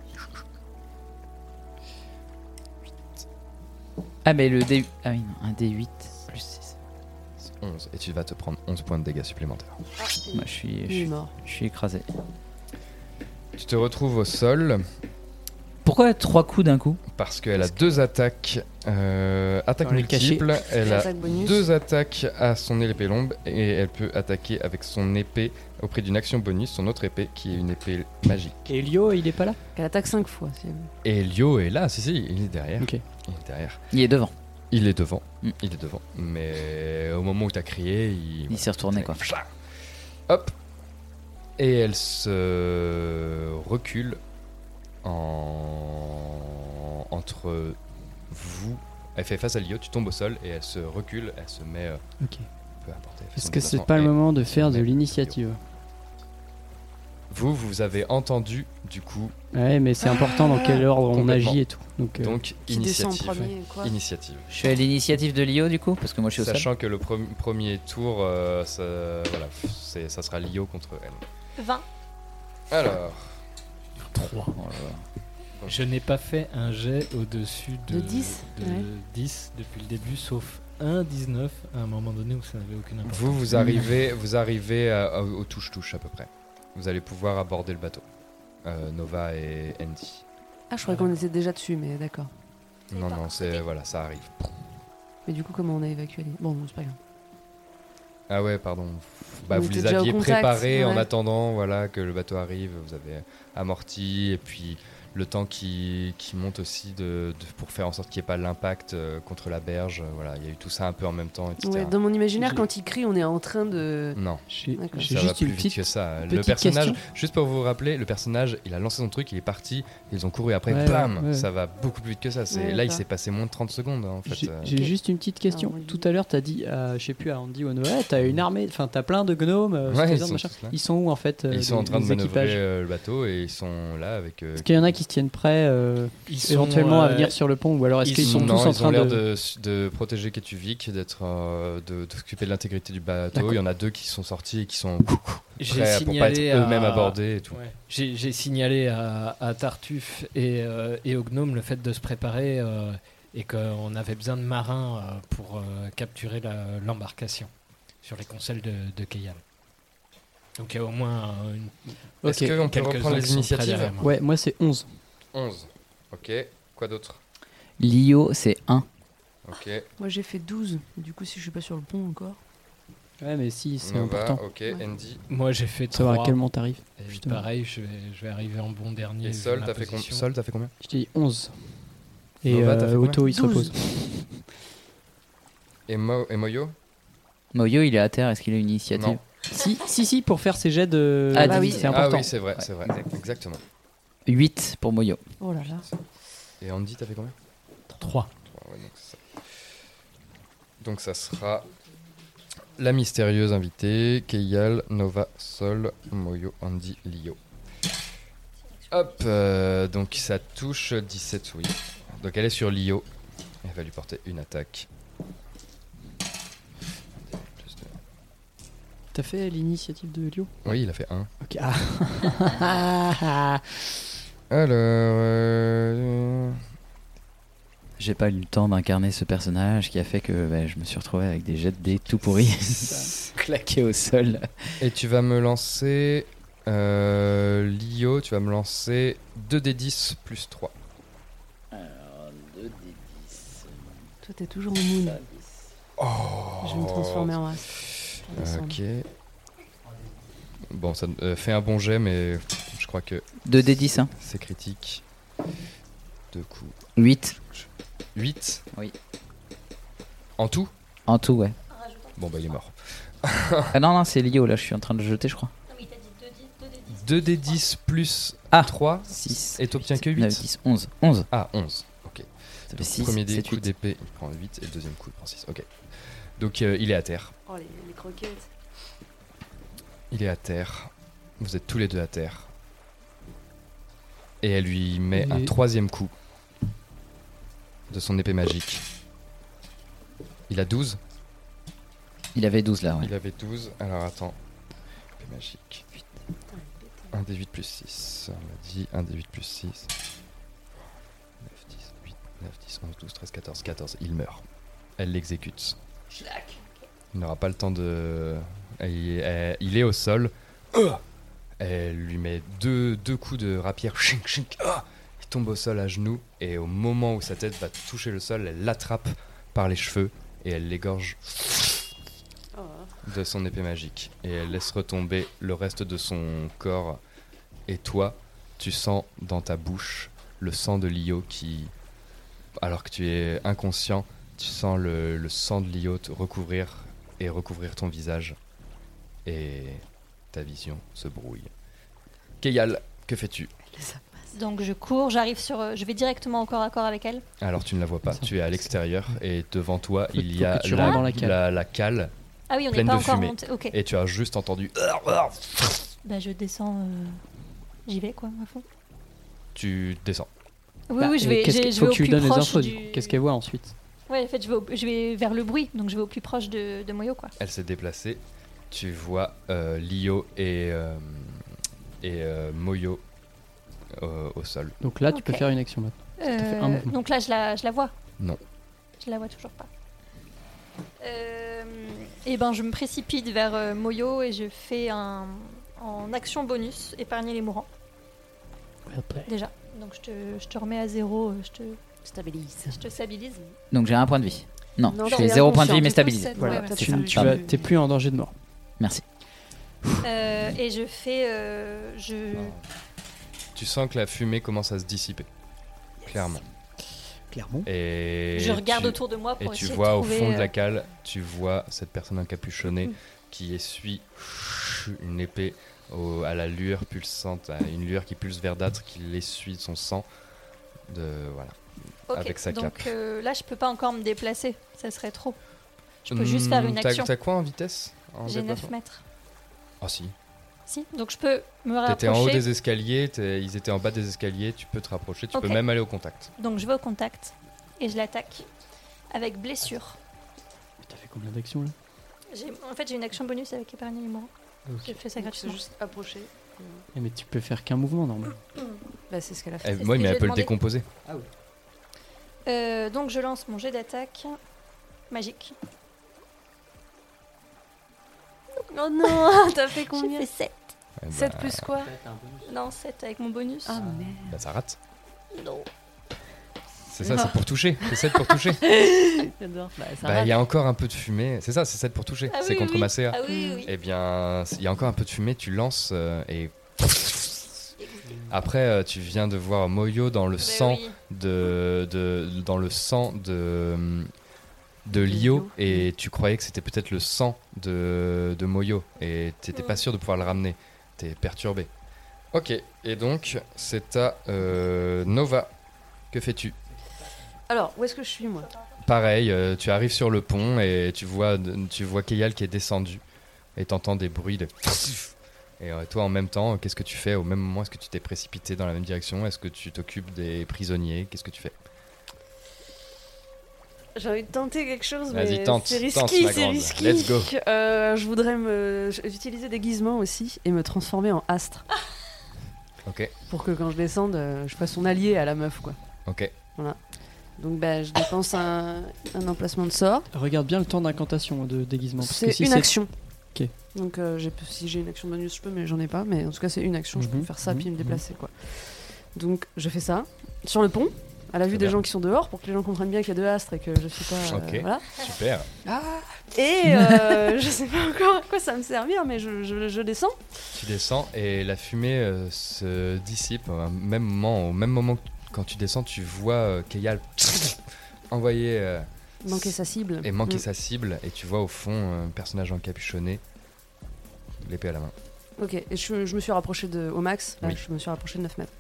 S2: Ah, mais le D. Ah oui, non, un D8 plus 6.
S4: 11 et tu vas te prendre 11 points de dégâts supplémentaires.
S2: Moi, je suis, je
S4: Il est
S2: suis,
S4: mort.
S2: je suis écrasé.
S4: Tu te retrouves au sol.
S2: Pourquoi trois coups d'un coup
S4: Parce qu'elle a deux attaques. euh, attaque
S2: Dans le cachet.
S4: multiple. Elle a
S2: Attaque bonus.
S4: deux attaques à son épée longue et elle peut attaquer avec son épée au prix d'une action bonus son autre épée qui est une épée magique.
S6: Et Elio, il est pas là
S3: Qu'elle attaque 5 fois. Si elle...
S4: Et Lio est là, si si, il est derrière.
S6: Ok.
S4: Il est derrière.
S2: Il est devant.
S4: Il est devant,
S6: Mm.
S4: il est devant. Mais au moment où t'as crié, il, voilà,
S2: s'est retourné, quoi.
S4: Pfla Hop. Et elle se recule en... entre vous. Elle fait face à Lio, tu tombes au sol et elle se recule, elle se met. euh,
S6: Ok.
S4: Peu importe. elle fait
S6: Est-ce
S4: son
S6: que c'est
S4: déplacement
S6: pas le
S4: et-
S6: moment de faire de l'initiative
S4: Vous, vous avez entendu du coup.
S6: Ouais, mais c'est important dans quel ordre on
S4: Complètement.
S6: agit et tout. Donc, euh,
S4: Donc,
S6: Qui descend en
S4: initiative.
S6: premier, quoi
S4: initiative.
S2: Je suis à l'initiative de Lio du coup Parce que moi je suis au sol.
S4: Sachant que le pre- premier tour, euh, ça, voilà, c'est- ça sera Lio contre elle.
S5: 20.
S4: Alors.
S7: 3. Je n'ai pas fait un jet au-dessus de,
S3: De 10,
S7: de
S3: ouais.
S7: 10 depuis le début, sauf un 19 à un moment donné où ça n'avait aucune importance.
S4: Vous, vous arrivez, vous arrivez à- à- au touche-touche à peu près. Vous allez pouvoir aborder le bateau. Euh, Nova et Andy.
S3: Ah, je croyais qu'on était déjà dessus, mais d'accord.
S4: Non, non, c'est voilà, ça arrive.
S3: Mais du coup, comment on a évacué les... Bon, bon, c'est pas grave.
S4: Ah ouais, pardon. Bah,
S3: On
S4: vous
S3: était
S4: les
S3: déjà au
S4: aviez
S3: contact,
S4: préparés en
S3: ouais.
S4: attendant voilà, que le bateau arrive. Vous avez amorti et puis le temps qui, qui monte aussi de, de- pour faire en sorte qu'il n'y ait pas l'impact euh, contre la berge. euh, Voilà, il y a eu tout ça un peu en même temps, etc.
S3: Ouais, dans mon imaginaire, quand il crie, on est en train de.
S4: Non,
S3: D'accord.
S4: ça va plus vite que ça. Le
S3: petite
S4: personnage,
S3: question.
S4: juste pour vous rappeler, le personnage, il a lancé son truc, il est parti, ils ont couru après,
S6: Ouais,
S4: bam,
S6: ouais.
S4: ça va beaucoup plus vite que ça. C'est
S6: Ouais,
S4: là, il
S6: d'accord.
S4: s'est passé moins de 30 secondes hein, en fait.
S6: J'ai
S4: euh.
S6: j'ai juste une petite question. Tout à l'heure, t'as dit, à- je sais plus, à Andy ou à Noël, t'as une armée, enfin, t'as plein de gnomes. euh,
S4: Ouais,
S6: c'est-à-dire,
S4: ils sont
S6: machin.
S4: tous là.
S6: ils sont où en fait euh,
S4: ils sont
S6: les-
S4: en train de
S6: les équipages
S4: manœuvrer euh, le bateau et ils sont là avec. euh,
S6: Est-ce qu'il y en a qui se tiennent prêts euh,
S7: Ils sont,
S6: éventuellement à
S7: euh,
S6: venir sur le pont ou alors est-ce
S7: ils
S6: qu'ils sont,
S4: non,
S6: tous en
S4: ils
S6: train
S4: ont l'air
S6: de...
S4: de... de protéger Ketuvik, d'être euh, de, de s'occuper de l'intégrité du bateau.
S6: D'accord.
S4: Il y en a deux qui sont sortis et qui sont
S7: J'ai
S4: prêts à- pour pas être
S7: signalé à-
S4: eux-mêmes abordés et tout.
S7: Ouais. J'ai j'ai signalé à, à Tartuffe et, euh, et au Gnome le fait de se préparer euh, et qu'on avait besoin de marins euh, pour euh, capturer la- l'embarcation sur les conseils de, de Keyal. Donc il y a au moins euh, une.
S6: Ok.
S4: qu'on peut
S7: quelques-uns
S4: reprendre les
S7: qui sont très
S4: initiatives
S7: derrière moi.
S6: Ouais, moi c'est 11.
S4: 11. Ok, quoi d'autre
S2: Lio c'est 1.
S4: Ok.
S3: Moi, j'ai fait 12. Du coup, si je suis pas sur le pont encore.
S6: Ouais, mais si, c'est
S4: Nova,
S6: important.
S4: bah, ok, Andy.
S7: Moi j'ai fait
S6: Savoir à
S7: 3.
S6: quel moment t'arrives.
S7: Et
S6: Justement.
S7: pareil, je vais, je vais arriver en bon dernier.
S4: Et
S7: vu
S4: Sol,
S7: ma
S4: t'as fait com-
S7: position.
S4: Sol, t'as fait combien
S6: Je t'ai dit 11. Et
S4: Nova, t'as fait
S6: euh, Otto,
S4: combien
S6: il se
S4: 12.
S6: repose.
S4: Et, Mo- et Moyo
S2: Moyo il est à terre, est-ce qu'il a une initiative
S4: Non.
S6: Si, si, si, pour faire ses jets de.
S2: Ah, bah oui.
S6: c'est important.
S4: Ah oui, c'est vrai, c'est vrai. Exactement.
S2: 8 pour Moyo.
S3: Oh là là.
S4: Et Andy, t'as fait combien
S7: 3.
S4: Ouais, donc, c'est ça. Donc ça sera la mystérieuse invitée, Keyal, Nova, Sol, Moyo, Andy, Lio. Hop, euh, donc ça touche 17, oui. Donc elle est sur Lio. Elle va lui porter une attaque.
S6: T'as fait l'initiative de Lio
S4: Oui, il a fait 1.
S6: Ok. Ah.
S4: Alors. euh,
S2: J'ai pas eu le temps d'incarner ce personnage qui a fait que bah, je me suis retrouvé avec des jets de dés tout pourris, claqués au sol.
S4: Et tu vas me lancer. euh, Lio, tu vas me lancer 2d10 plus 3.
S3: Toi, t'es toujours au moon. Je vais me transformer en as. Pour descendre.
S4: Oh. Ok. Bon, ça euh, fait un bon jet, mais je crois que.
S2: 2d10, hein.
S4: C'est critique. Deux coups.
S2: 8.
S4: 8
S2: Oui.
S4: En tout
S2: En tout, ouais.
S4: Bon, bah, il est mort.
S2: ah non, non, c'est Lio, là je suis en train de jeter, je crois.
S4: 2d10 plus
S2: Ah,
S4: 3,
S2: 6.
S4: Et t'obtiens que 8
S2: 9, 10, 11. 11.
S4: Ah, 11. Ok.
S2: Ça fait
S4: Donc,
S2: six,
S4: premier dé-
S2: sept,
S4: coup
S2: huit.
S4: d'épée, il prend 8 et le deuxième coup, il prend 6. Ok. Donc, euh, il est à terre.
S3: Oh, les, les croquettes.
S4: Il est à terre. Vous êtes tous les deux à terre. Et elle lui met
S6: Il
S4: un
S6: est-
S4: troisième coup de son épée magique. Il a 12
S2: Il avait 12 là, ouais.
S4: Il avait 12. Alors attends. Épée magique. 1 des 8 plus 6. On l'a dit. 1 des 8 plus 6. 9, 10, 8, 9, 10, 11, 12, 13, 14, 14. Il meurt. Elle l'exécute. Il n'aura pas le temps de. euh, Il est, euh, il est au sol. Ah Elle lui met deux, deux coups de rapière. Chink, chink. Ah Il tombe au sol à genoux. Et au moment où sa tête va toucher le sol, elle l'attrape par les cheveux. Et elle l'égorge
S3: Oh.
S4: de son épée magique. Et elle laisse retomber le reste de son corps. Et toi, tu sens dans ta bouche le sang de Lio qui, alors que tu es inconscient, Tu sens le, le sang de l'IO te recouvrir et recouvrir ton visage. Et ta vision se brouille. Keyal, que fais-tu
S5: Donc je cours, j'arrive sur. euh, Je vais directement au corps à corps avec elle.
S4: Alors tu ne la vois pas, tu es à l'extérieur et devant toi il y a
S6: que tu
S4: la,
S6: rentres dans la cale.
S4: la- la cale
S5: Ah oui, on n'est
S4: pleine
S5: pas
S4: de
S5: encore
S4: fumée.
S5: monté, ok.
S4: Et tu as juste entendu...
S5: Bah je descends. euh, J'y vais quoi, à fond.
S4: Tu descends.
S5: Oui,
S6: Bah,
S5: oui, je
S6: et
S5: vais,
S6: qu'est-ce
S5: j'ai-
S6: que-
S5: je
S6: faut
S5: vais
S6: que
S5: au
S6: tu lui
S5: plus
S6: donnes les
S5: proche
S6: infos.
S5: du-
S6: du coup. Qu'est-ce qu'elle voit ensuite
S5: Ouais, en fait, je vais, au- je vais vers le bruit, donc je vais au plus proche de, de Moyo, quoi.
S4: Elle s'est déplacée. Tu vois euh, Lio et, euh, et euh, Moyo euh, au sol.
S6: Donc là, tu peux
S5: Ok.
S6: faire une action maintenant. Parce que t'as fait un
S5: Euh,
S6: mouvement.
S5: donc là, je la, je la vois.
S4: Non.
S5: Je la vois toujours pas. et ben, je me précipite vers euh, Moyo et je fais un en action bonus épargner les mourants. Déjà, donc je te, je te remets à zéro, euh, je te stabilise. Je te stabilise.
S2: Donc j'ai un point de vie. Non,
S5: Non,
S2: je
S5: t'es
S2: fais zéro point de
S5: inconscient,
S2: vie mais
S5: t'es
S2: stabilisé.
S5: consciente,
S2: Voilà,
S5: ouais,
S2: c'est
S5: tu-
S2: ça.
S5: tu
S2: Pardon.
S5: vas- t'es
S6: plus en danger de mort.
S2: Merci.
S5: Euh, et je fais, euh, je
S4: Tu sens que la fumée commence à se dissiper. Clairement.
S6: Clairement.
S4: Et
S5: Je regarde
S4: tu-
S5: autour de moi pour
S4: Et tu
S5: essayer de
S4: vois au
S5: trouver,
S4: fond de
S5: euh,
S4: la cale, tu vois cette personne encapuchonnée
S5: Mm.
S4: qui essuie une épée au- à la lueur pulsante, à une lueur qui pulse verdâtre, qui l'essuie de son sang. De, voilà.
S5: Ok,
S4: avec sa
S5: donc
S4: cape.
S5: euh, là, je peux pas encore me déplacer. Ça serait trop. Je peux juste faire une
S4: Hum, t'as-
S5: action.
S4: T'as quoi en vitesse en
S5: J'ai 9
S4: déplacement
S5: mètres.
S4: Ah si.
S5: Si, donc je peux me
S4: T'étais en haut des
S5: rapprocher.
S4: escaliers, t'es- ils étaient en bas des escaliers, tu peux te rapprocher, tu
S5: Ok.
S4: peux même aller au contact.
S5: Donc je vais au contact et je l'attaque avec blessure.
S6: T'as fait combien d'actions là
S5: J'ai- En fait, j'ai une action bonus avec épargner les mourants. J'ai fait ça gratuitement. juste approcher.
S6: Eh, Mais tu peux faire qu'un mouvement normalement.
S3: Bah, c'est ce qu'elle a
S4: Eh,
S3: fait.
S4: ouais, mais elle peut le décomposer.
S5: Euh, donc je lance mon jet d'attaque magique.
S3: Oh non, t'as fait combien
S5: J'ai fait 7.
S4: Eh ben,
S3: 7 plus quoi
S5: Non, 7 avec mon bonus.
S3: Ah merde.
S4: Bah ça rate.
S5: Non.
S4: C'est ça, c'est pour toucher. C'est 7 pour toucher.
S10: J'adore. Bah, ça
S4: Bah,
S10: rate.
S4: il y a encore un peu de fumée. C'est ça, c'est 7 pour toucher.
S10: Ah
S4: c'est
S10: oui,
S4: contre
S10: oui.
S4: ma CA.
S10: Ah oui, oui.
S4: Eh bien, il y a encore un peu de fumée, tu lances euh, et. Après, euh, tu viens de voir Moyo dans
S10: Bah
S4: le sang de, de- dans le sang de de Lio et
S10: Mm.
S4: tu croyais que c'était peut-être le sang de, de Moyo et t'étais pas
S10: Mm.
S4: sûr de pouvoir le ramener. T'es perturbé. Ok, et donc c'est à euh, Nova. Que fais-tu
S3: Alors, où est-ce que je suis moi
S4: Pareil, euh, tu arrives sur le pont et tu vois, tu vois Keyal qui est descendu et t'entends des bruits de. Et euh, toi, en même temps, qu'est-ce que tu fais Au même moment, est-ce que tu t'es précipité dans la même direction Est-ce que tu t'occupes des prisonniers Qu'est-ce que tu fais
S3: J'ai envie de tenter quelque chose,
S4: Vas-y,
S3: mais
S4: tente,
S3: c'est
S4: tente,
S3: risqué,
S4: ma
S3: c'est
S4: grande.
S3: risqué.
S4: Let's go.
S3: Euh, je voudrais me... j- utiliser déguisement aussi et me transformer en astre
S4: Ok,
S3: pour que quand je descende, euh, je fasse son allié à la meuf, quoi.
S4: ok.
S3: Voilà. Donc bah, je dépense un, un emplacement de sort.
S6: Regarde bien le temps d'incantation hein, de déguisement. parce
S3: C'est
S6: que si
S3: une action.
S6: Ok.
S3: Donc euh, j'ai- si j'ai une action bonus, je peux, mais j'en ai pas. Mais en tout cas, c'est une action. Je peux
S6: Mhm,
S3: faire ça
S6: mhm,
S3: puis me
S6: mhm.
S3: déplacer, quoi. Donc je fais ça sur le pont, à la vue
S4: Très
S3: des
S4: bien.
S3: gens qui sont dehors, pour que les gens comprennent bien qu'il y a deux astres et que je suis pas. euh,
S4: Ok,
S3: voilà. Ah.
S4: super.
S3: Et euh, je sais pas encore à quoi ça va me servir, mais je, je- je descends.
S4: Tu descends et la fumée euh, se dissipe. Au même moment, au même moment que tu- quand tu descends, tu vois euh, Keyal envoyer. euh,
S3: Manquer sa cible.
S4: Et manquer
S3: Mm.
S4: sa cible. Et tu vois au fond un personnage encapuchonné, l'épée à la main.
S3: Ok, et je, je me suis rapproché de, au max. Là,
S4: Oui.
S3: Je me suis rapproché de 9 mètres.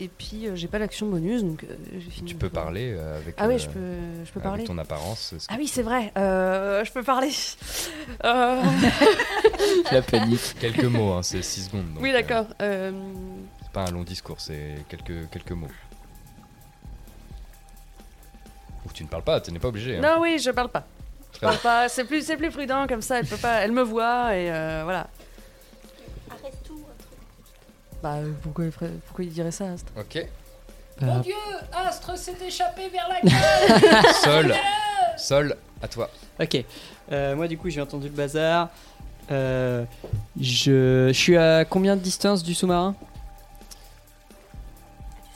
S3: Et puis euh, j'ai pas l'action bonus, donc euh, j'ai fini.
S4: Tu peux parler euh, avec,
S3: Ah oui,
S4: euh,
S3: je peux- je peux
S4: avec
S3: parler.
S4: ton apparence. est-ce que-
S3: Ah oui, c'est vrai. euh, je peux parler. Euh,
S4: Quelques mots, hein, c'est 6 secondes. donc,
S3: oui,
S4: euh,
S3: d'accord. euh,
S4: c'est pas un long discours, c'est quelques, quelques mots. Ou tu ne parles pas, tu n'es pas obligé. hein.
S3: Non, oui, je parle pas. Je
S4: Très
S3: parle
S4: bien.
S3: pas. C'est plus, c'est plus prudent comme ça. Elle peut pas. Elle me voit et euh, voilà.
S5: Arrête tout.
S3: Bah euh, pourquoi, il ferait- pourquoi il dirait ça Astre
S4: Ok.
S6: Euh,
S3: Mon
S7: Dieu, Astre s'est échappé vers la cale
S4: Sol, Sol, à toi.
S6: Ok. Euh, moi, du coup, j'ai entendu le bazar. Euh, je... je suis à combien de distance du sous-marin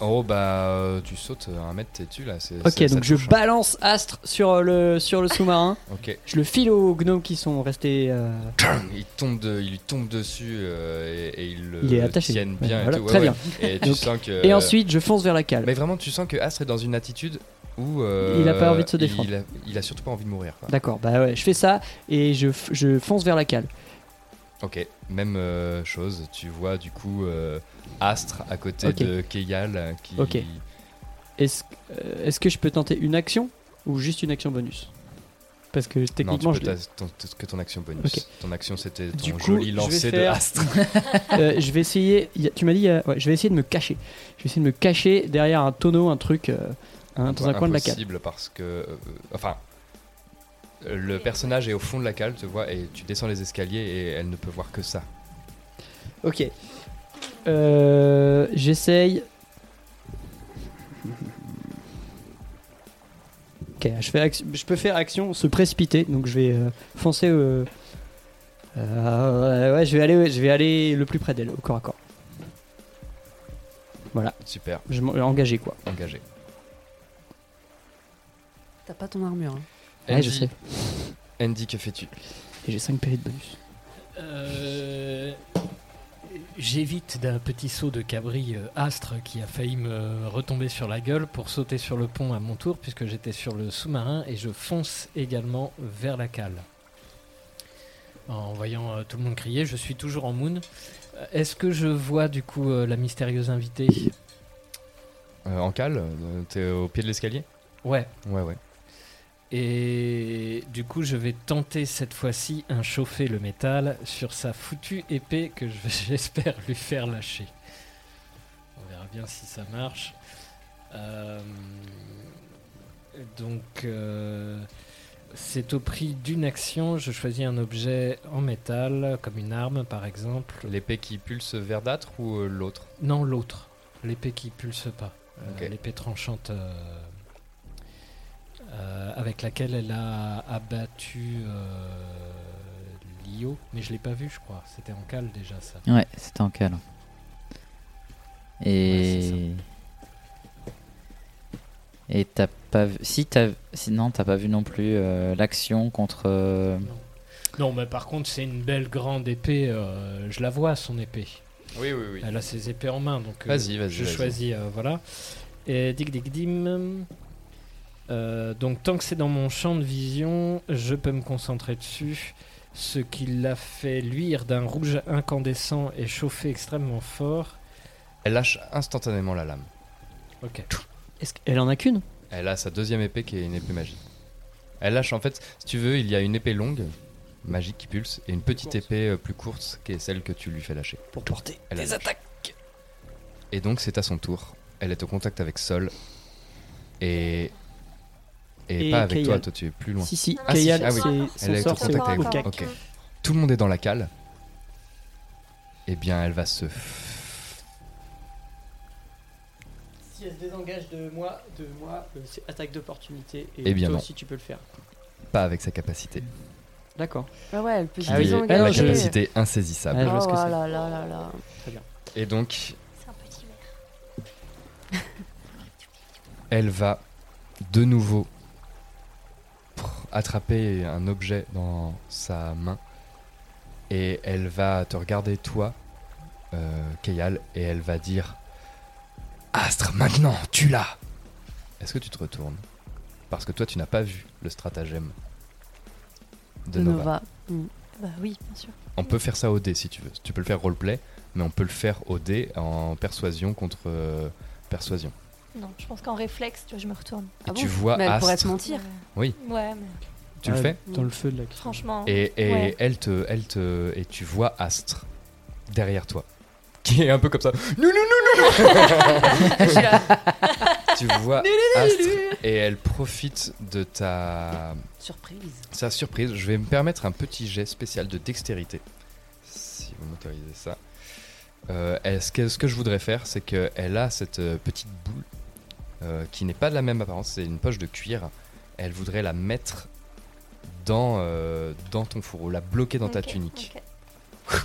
S4: En gros, bah, euh, tu sautes un mètre, t'es-tu là c'est-
S6: Ok,
S4: c'est- ça
S6: donc je
S4: touche. hein.
S6: balance Astre sur euh, le, sur le sous-marin.
S4: Ok.
S6: Je le file aux gnomes qui sont restés. euh,
S4: Il, tombe de- il lui tombe dessus euh, et, et il le
S6: Il est attaché.
S4: tienne
S6: Ouais,
S4: bien. et
S6: voilà,
S4: tout. Ouais,
S6: très
S4: ouais.
S6: bien.
S4: Et tu
S6: Donc-
S4: sens que.
S6: et ensuite, je fonce vers la cale.
S4: Mais vraiment, tu sens que Astre est dans une attitude ou. euh,
S6: Il a pas envie de se défendre.
S4: Il a, il a surtout pas envie de mourir. quoi.
S6: D'accord, bah ouais, je fais ça et je, f- je fonce vers la cale.
S4: Ok, même euh, chose, tu vois du coup euh, Astre à côté
S6: Ok.
S4: de Keyal euh, qui.
S6: Ok. Est-ce euh, est-ce que je peux tenter une action ou juste une action bonus Parce que
S4: Non, tu
S6: techniquement,
S4: peux
S6: je l'ai.
S4: ta- ton- t- que ton action bonus.
S6: Ok.
S4: Ton action c'était ton
S6: Du coup,
S4: joli
S6: je vais
S4: lancer
S6: faire-
S4: de Astre.
S6: Euh, je vais essayer. il y a- tu m'as dit, euh, ouais, je vais essayer de me cacher. Je vais essayer de me cacher derrière un tonneau, un truc, euh, hein, dans un coin de la cave.
S4: Impossible parce que. euh, enfin. euh, Le personnage est au fond de la cale, tu vois, et tu descends les escaliers et elle ne peut voir que ça.
S6: Ok. Euh, J'essaye. Ok, je, fais action- je peux faire action, se précipiter, donc je vais euh, foncer. euh, euh, ouais, je vais aller, je vais aller le plus près d'elle, au corps à corps. Voilà.
S4: Super.
S6: Je m'en- engagé quoi.
S4: Engagé.
S3: T'as pas ton armure. hein.
S6: Ouais, je sais.
S4: Andy, que fais-tu
S6: Et j'ai 5 PV de bonus.
S7: Euh, J'évite d'un petit saut de cabri euh, astre qui a failli me retomber sur la gueule pour sauter sur le pont à mon tour puisque j'étais sur le sous-marin et je fonce également vers la cale. En voyant euh, tout le monde crier, je suis toujours en moon. Euh, Est-ce que je vois du coup euh, la mystérieuse invitée
S4: Euh, en cale euh, T'es au pied de l'escalier
S7: Ouais.
S4: Ouais, ouais.
S7: Et du coup, je vais tenter cette fois-ci un chauffer le métal sur sa foutue épée que je vais- j'espère lui faire lâcher. On verra bien si ça marche. Euh, donc, euh, c'est au prix d'une action. Je choisis un objet en métal, comme une arme par exemple.
S4: L'épée qui pulse verdâtre ou euh, l'autre
S7: Non, l'autre. L'épée qui pulse pas. Euh,
S4: Ok.
S7: L'épée tranchante euh, euh, avec laquelle elle a abattu euh, Lio. Mais je l'ai pas vu, je crois. C'était en cale déjà, ça.
S2: Ouais, c'était en cale. Et. Et t'as pas vu. Si, t'as... si non, t'as pas vu non plus euh, l'action contre. euh,
S7: Non, mais par contre, c'est une belle grande épée. euh, je la vois, son épée.
S4: Oui, oui, oui.
S7: Elle a ses épées en main, donc euh,
S4: Vas-y, vas-y,
S7: je
S4: vas-y.
S7: choisis. euh, voilà. Et dig dig dim. Euh, donc tant que c'est dans mon champ de vision, je peux me concentrer dessus. Ce qui l'a fait luire d'un rouge incandescent et chauffer extrêmement fort.
S4: Elle lâche instantanément la lame.
S7: Ok.
S6: Elle en a qu'une
S4: Elle a sa deuxième épée qui est une épée magique. Elle lâche en fait, si tu veux, il y a une épée longue, magique qui pulse, et une petite épée euh, plus courte qui est celle que tu lui fais lâcher.
S6: Pour porter
S4: des attaques Et donc c'est à son tour. Elle est au contact avec Sol. Et. Et,
S6: Et
S4: pas avec toi,
S6: Kayal.
S4: toi tu es plus loin.
S6: Si, si,
S4: Ah, si,
S6: Kayal,
S4: ah oui.
S6: c'est- son
S4: Elle est au
S6: sort, c'est
S4: contact
S6: au
S4: avec
S6: cac.
S4: toi. Ok. Tout le monde est dans la cale. Eh bien, elle va se. f-
S6: Si elle se désengage de moi, de moi, euh, c'est attaque d'opportunité. Et
S4: Eh bien
S6: toi
S4: non.
S6: aussi, tu peux le faire.
S4: Pas avec sa capacité.
S6: D'accord.
S3: Ah ouais, elle peut
S4: Qui est la capacité insaisissable.
S3: oh là là là là.
S6: Très bien.
S4: Et donc. Elle va de nouveau pr- attraper un objet dans sa main et elle va te regarder toi, euh, Keyal, et elle va dire Astre, maintenant, tu l'as Est-ce que tu te retournes Parce que toi, tu n'as pas vu le stratagème de Nova.
S3: Mm.
S5: Bah oui, bien sûr.
S4: On peut faire ça au dé si tu veux. Tu peux le faire roleplay, mais on peut le faire au dé en persuasion contre euh, persuasion.
S5: Non, je pense qu'en réflexe, tu vois, je me retourne. Ah
S4: Et tu vois
S3: Mais elle
S4: Astre.
S3: pourrait te mentir.
S4: Oui.
S5: Ouais, mais
S4: Tu le
S6: Ah,
S4: fais
S6: Dans le feu de l'action.
S5: franchement.
S4: Et, et
S5: ouais.
S4: elle te, elle te, et tu vois Astre derrière toi, qui est un peu comme ça. Non, non, non, non, Tu vois Astre et elle profite de ta
S3: Surprise.
S4: sa surprise. Je vais me permettre un petit jet spécial de dextérité, si vous m'autorisez ça. Euh, elle- ce, que, ce que je voudrais faire, c'est qu'elle a cette euh, petite boule euh, qui n'est pas de la même apparence, c'est une poche de cuir. Elle voudrait la mettre dans, euh, dans ton fourreau, la bloquer dans ta
S5: Ok,
S4: tunique.
S5: ok.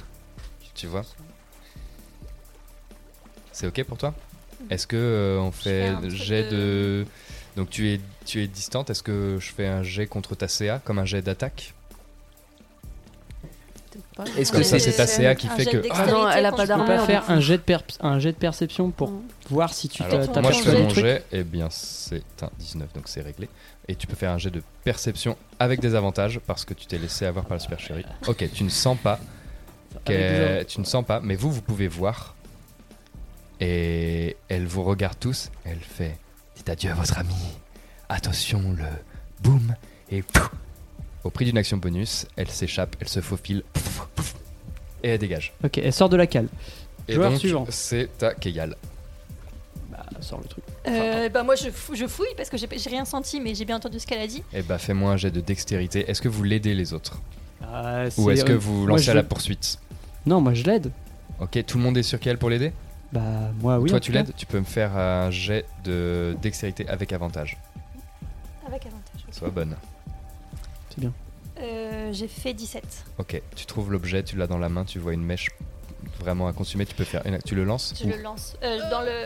S4: Tu vois C'est ok pour toi Est-ce que euh, on fait
S5: Mm. un truc
S4: jet
S5: de-
S4: de... Donc tu es, tu es distante, est-ce que je fais un jet contre ta CA comme un jet d'attaque
S3: pas.
S4: Est-ce que ça, c'est ta CA qui fait que.
S3: Ah non, elle a pas
S6: Tu peux
S3: d'armure.
S6: pas faire
S3: donc.
S6: un jet de, perp- un jet de perception pour voir si tu
S4: Alors,
S6: t'as- t'as
S4: moi, je fais
S6: perception
S4: mon
S6: du truc.
S4: jet, et bien c'est un 19, donc c'est réglé. Et tu peux faire un jet de perception avec des avantages parce que tu t'es laissé avoir par le super chéri. Ok, tu ne sens pas. qu'elle-
S6: des avantages.
S4: tu ne sens pas, mais vous, vous pouvez voir. Et elle vous regarde tous. Elle fait Dites adieu à votre ami. Attention, le boum. Et pouf. au prix d'une action bonus, elle s'échappe, elle se faufile. pouf, pouf, et elle dégage.
S6: Ok, elle sort de la cale.
S4: Et
S6: Joueur
S4: donc,
S6: suivant.
S4: c'est ta Keyal.
S6: Bah, sort le truc.
S5: Euh, bah moi je, fou- je fouille parce que j'ai j'ai rien senti mais j'ai bien entendu ce qu'elle a dit.
S4: Eh bah fais-moi un jet de dextérité. Est-ce que vous l'aidez les autres
S6: Ah,
S4: Ou
S6: c'est-
S4: est-ce que
S6: euh,
S4: vous
S6: moi,
S4: lancez
S6: je
S4: à la
S6: veux-
S4: poursuite
S6: Non, moi je l'aide.
S4: Ok, tout le monde est sur Kael pour l'aider
S6: Bah, moi oui. en
S4: Toi
S6: tout
S4: tu
S6: cas.
S4: l'aides Tu peux me faire un jet de dextérité avec avantage.
S5: Avec avantage.
S4: Sois bonne.
S6: C'est bien.
S5: Euh, j'ai fait 17.
S4: Ok, tu trouves l'objet, tu l'as dans la main, tu vois une mèche vraiment à consumer, tu peux faire une... Tu le lances
S5: Je
S4: où
S5: le lance euh, dans le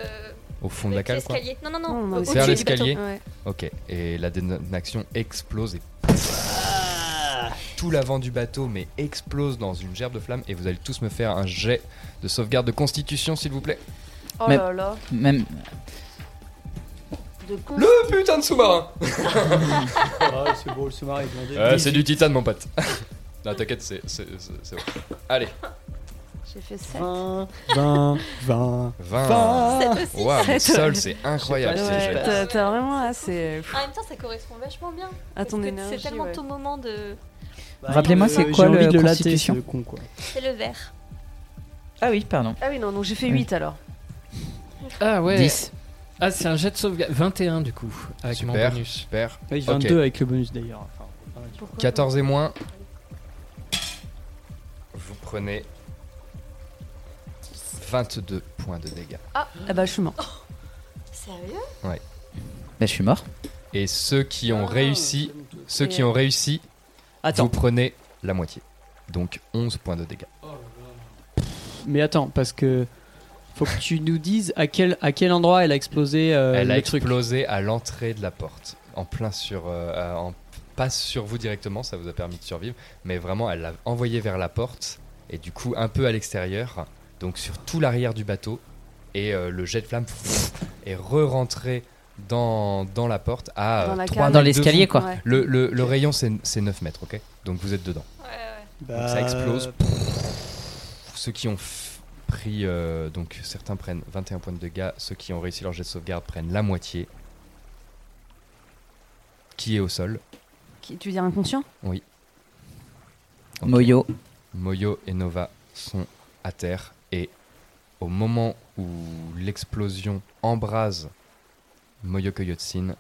S4: Au fond de la cale quoi
S5: l'escalier. Non non non. au-
S4: Vers
S5: au-dessus du
S4: l'escalier
S5: bateau. Ouais.
S4: Ok, et la détonation explose et... Tout l'avant du bateau mais explose dans une gerbe de flammes et vous allez tous me faire un jet de sauvegarde de constitution s'il vous plaît.
S3: Oh là là.
S2: Même.
S3: De con.
S4: Le putain de sous-marin
S6: Ah, c'est beau, le sous-marin est blindé.
S4: Ouais, Eh, c'est du titane, mon pote. non, t'inquiète, c'est. c'est- c'est- c'est bon. Allez.
S3: J'ai fait 7.
S6: 20, 20,
S4: 20.
S3: Sept aussi.
S4: Waouh, mon
S3: Sept.
S4: sol, c'est incroyable. ces
S3: Ouais,
S4: jets.
S3: t'as- T'as vraiment assez.
S5: En même temps ça correspond vachement bien.
S3: À
S5: Parce
S3: ton
S5: que
S3: énergie,
S5: C'est tellement
S3: ouais.
S5: ton moment de.
S4: Bah.
S2: Rappelez-moi, c'est
S6: Bah, J'ai
S2: quoi
S6: envie
S2: le
S6: de latter,
S2: constitution
S6: ce con, quoi.
S5: C'est le vert.
S2: Ah oui, pardon.
S3: Ah oui, non, donc j'ai fait
S2: Oui.
S3: 8 alors.
S7: Ah ouais.
S2: 10.
S7: Ah, c'est un jet de sauvegarde. 21 du coup, avec mon
S4: Super,
S7: bonus.
S4: super.
S6: Ah Oui,
S4: Ok.
S6: 22 avec le bonus d'ailleurs. Enfin, voilà.
S4: 14 et moins. Vous prenez 22 points de dégâts.
S3: Ah, ah bah je suis mort.
S5: Sérieux
S4: Ouais.
S2: Bah, je suis mort.
S4: Et ceux qui ont réussi, ceux qui ont réussi,
S6: Attends.
S4: vous prenez la moitié. Donc 11 points de dégâts.
S6: Mais attends, parce que faut que tu nous dises à quel, à quel endroit elle a explosé euh,
S4: Elle a
S6: le truc.
S4: explosé à l'entrée de la porte, en plein sur, euh, en passe sur vous directement, ça vous a permis de survivre, mais vraiment elle l'a envoyé vers la porte et du coup un peu à l'extérieur, donc sur tout l'arrière du bateau et euh, le jet de flamme pff, est re-rentré dans, dans la porte à
S2: Dans la
S4: 3
S2: cale. Dans l'escalier, quoi. Ouais.
S4: Le, le- le rayon c'est c'est 9 mètres, ok Donc vous êtes dedans. Donc ça
S6: Bah,
S4: explose. Pff, Ceux qui ont f- pris, euh, donc certains prennent 21 points de dégâts, ceux qui ont réussi leur jet de sauvegarde prennent la moitié. Qui est au sol
S3: Qui- Tu veux dire inconscient
S4: Oui.
S2: Moyo.
S4: Moyo et Nova sont à terre et au moment où l'explosion embrase Moyo Koyotsin,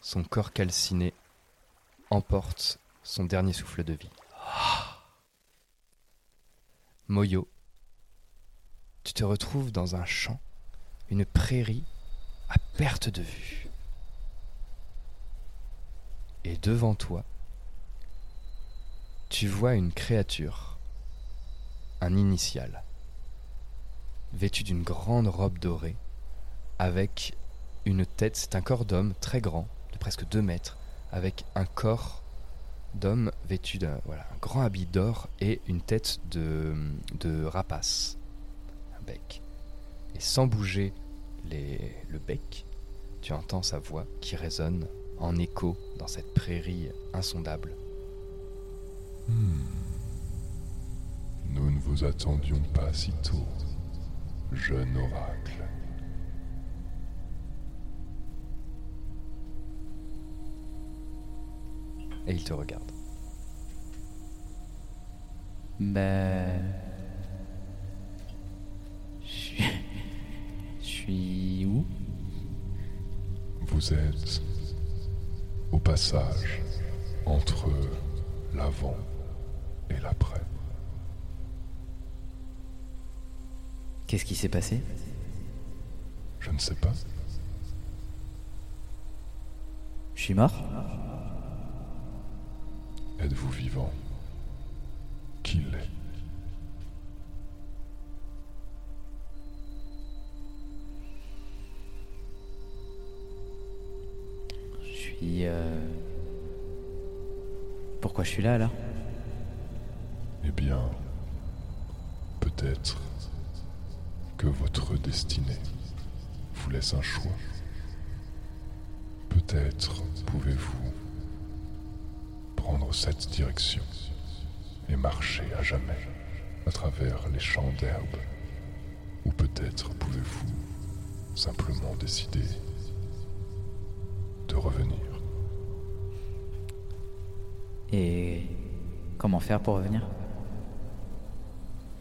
S4: son corps calciné emporte son dernier souffle de vie. Moyo, tu te retrouves dans un champ, une prairie à perte de vue. Et devant toi, tu vois une créature, un initial, vêtu d'une grande robe dorée, avec une tête, c'est un corps d'homme très grand, de presque 2 mètres, avec un corps d'homme vêtu d'un voilà, un grand habit d'or et une tête de, de rapace, un bec. Et sans bouger les- le bec, tu entends sa voix qui résonne en écho dans cette prairie insondable.
S11: Hmm. Nous ne vous attendions pas si tôt, jeune oracle.
S4: Et il te regarde.
S2: Bah. Je suis. Je suis où
S11: Vous êtes au passage entre l'avant et l'après.
S2: Qu'est-ce qui s'est passé
S11: Je ne sais pas.
S2: Je suis mort Ah.
S11: Êtes-vous vivant Qui l'est
S2: Je suis. euh, pourquoi je suis là alors
S11: Eh bien, peut-être que votre destinée vous laisse un choix. Peut-être pouvez-vous prendre cette direction et marcher à jamais à travers les champs d'herbe. Ou peut-être pouvez-vous simplement décider de revenir.
S2: Et comment faire pour revenir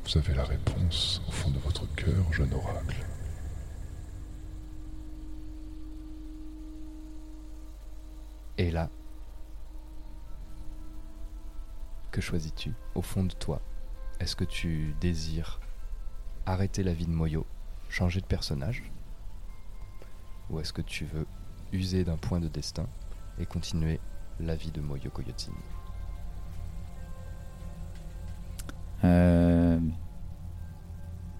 S11: Vous avez la réponse au fond de votre cœur, jeune oracle.
S4: Et là, que choisis-tu au fond de toi Est-ce que tu désires arrêter la vie de Moyo, changer de personnage Ou est-ce que tu veux user d'un point de destin et continuer la vie de Moyo Koyotin
S2: Euh,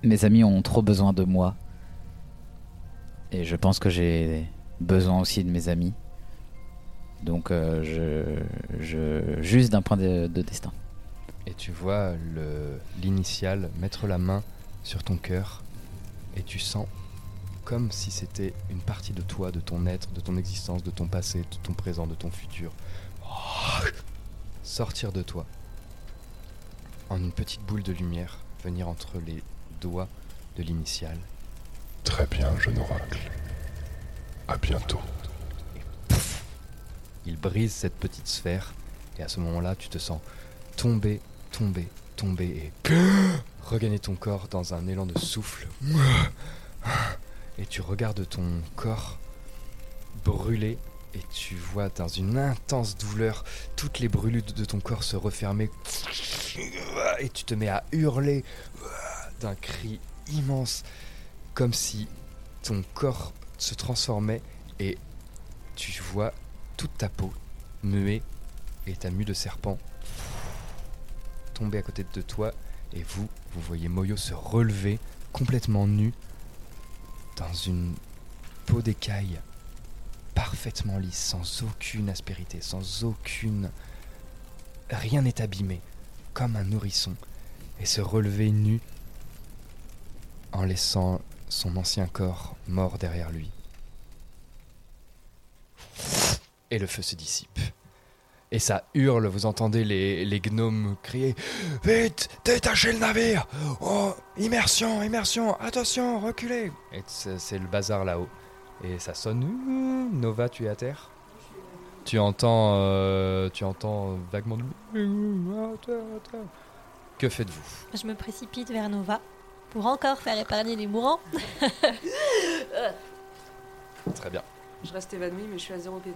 S2: Mes amis ont trop besoin de moi. Et je pense que j'ai besoin aussi de mes amis. Donc euh, je, je- juste d'un point de, de destin.
S4: Et tu vois le- l'initiale mettre la main sur ton cœur et tu sens comme si c'était une partie de toi, de ton être, de ton existence, de ton passé, de ton présent, de ton futur. Oh, sortir de toi en une petite boule de lumière, venir entre les doigts de l'initiale.
S11: Très bien, jeune oracle. À bientôt.
S4: Il brise cette petite sphère et à ce moment-là, tu te sens tomber, tomber, tomber et regagner ton corps dans un élan de souffle. Et tu regardes ton corps brûler et tu vois dans une intense douleur toutes les brûlures de ton corps se refermer et tu te mets à hurler d'un cri immense comme si ton corps se transformait et tu vois toute ta peau muée et ta mue de serpent tomber à côté de toi et vous, vous voyez Moyo se relever complètement nu dans une peau d'écaille parfaitement lisse, sans aucune aspérité, sans aucune... Rien n'est abîmé, comme un nourrisson, et se relever nu en laissant son ancien corps mort derrière lui. Et le feu se dissipe. Et ça hurle, vous entendez les, les gnomes crier Vite, détachez le navire Oh, immersion, immersion, attention, reculez Et c'est c'est le bazar là-haut. Et ça sonne Hum, Nova, tu es à terre Tu entends, euh, tu entends vaguement de- Que faites-vous
S5: Je me précipite vers Nova pour encore faire épargner les mourants.
S4: Très bien.
S3: Je reste évanouie, mais je suis à 0 PV.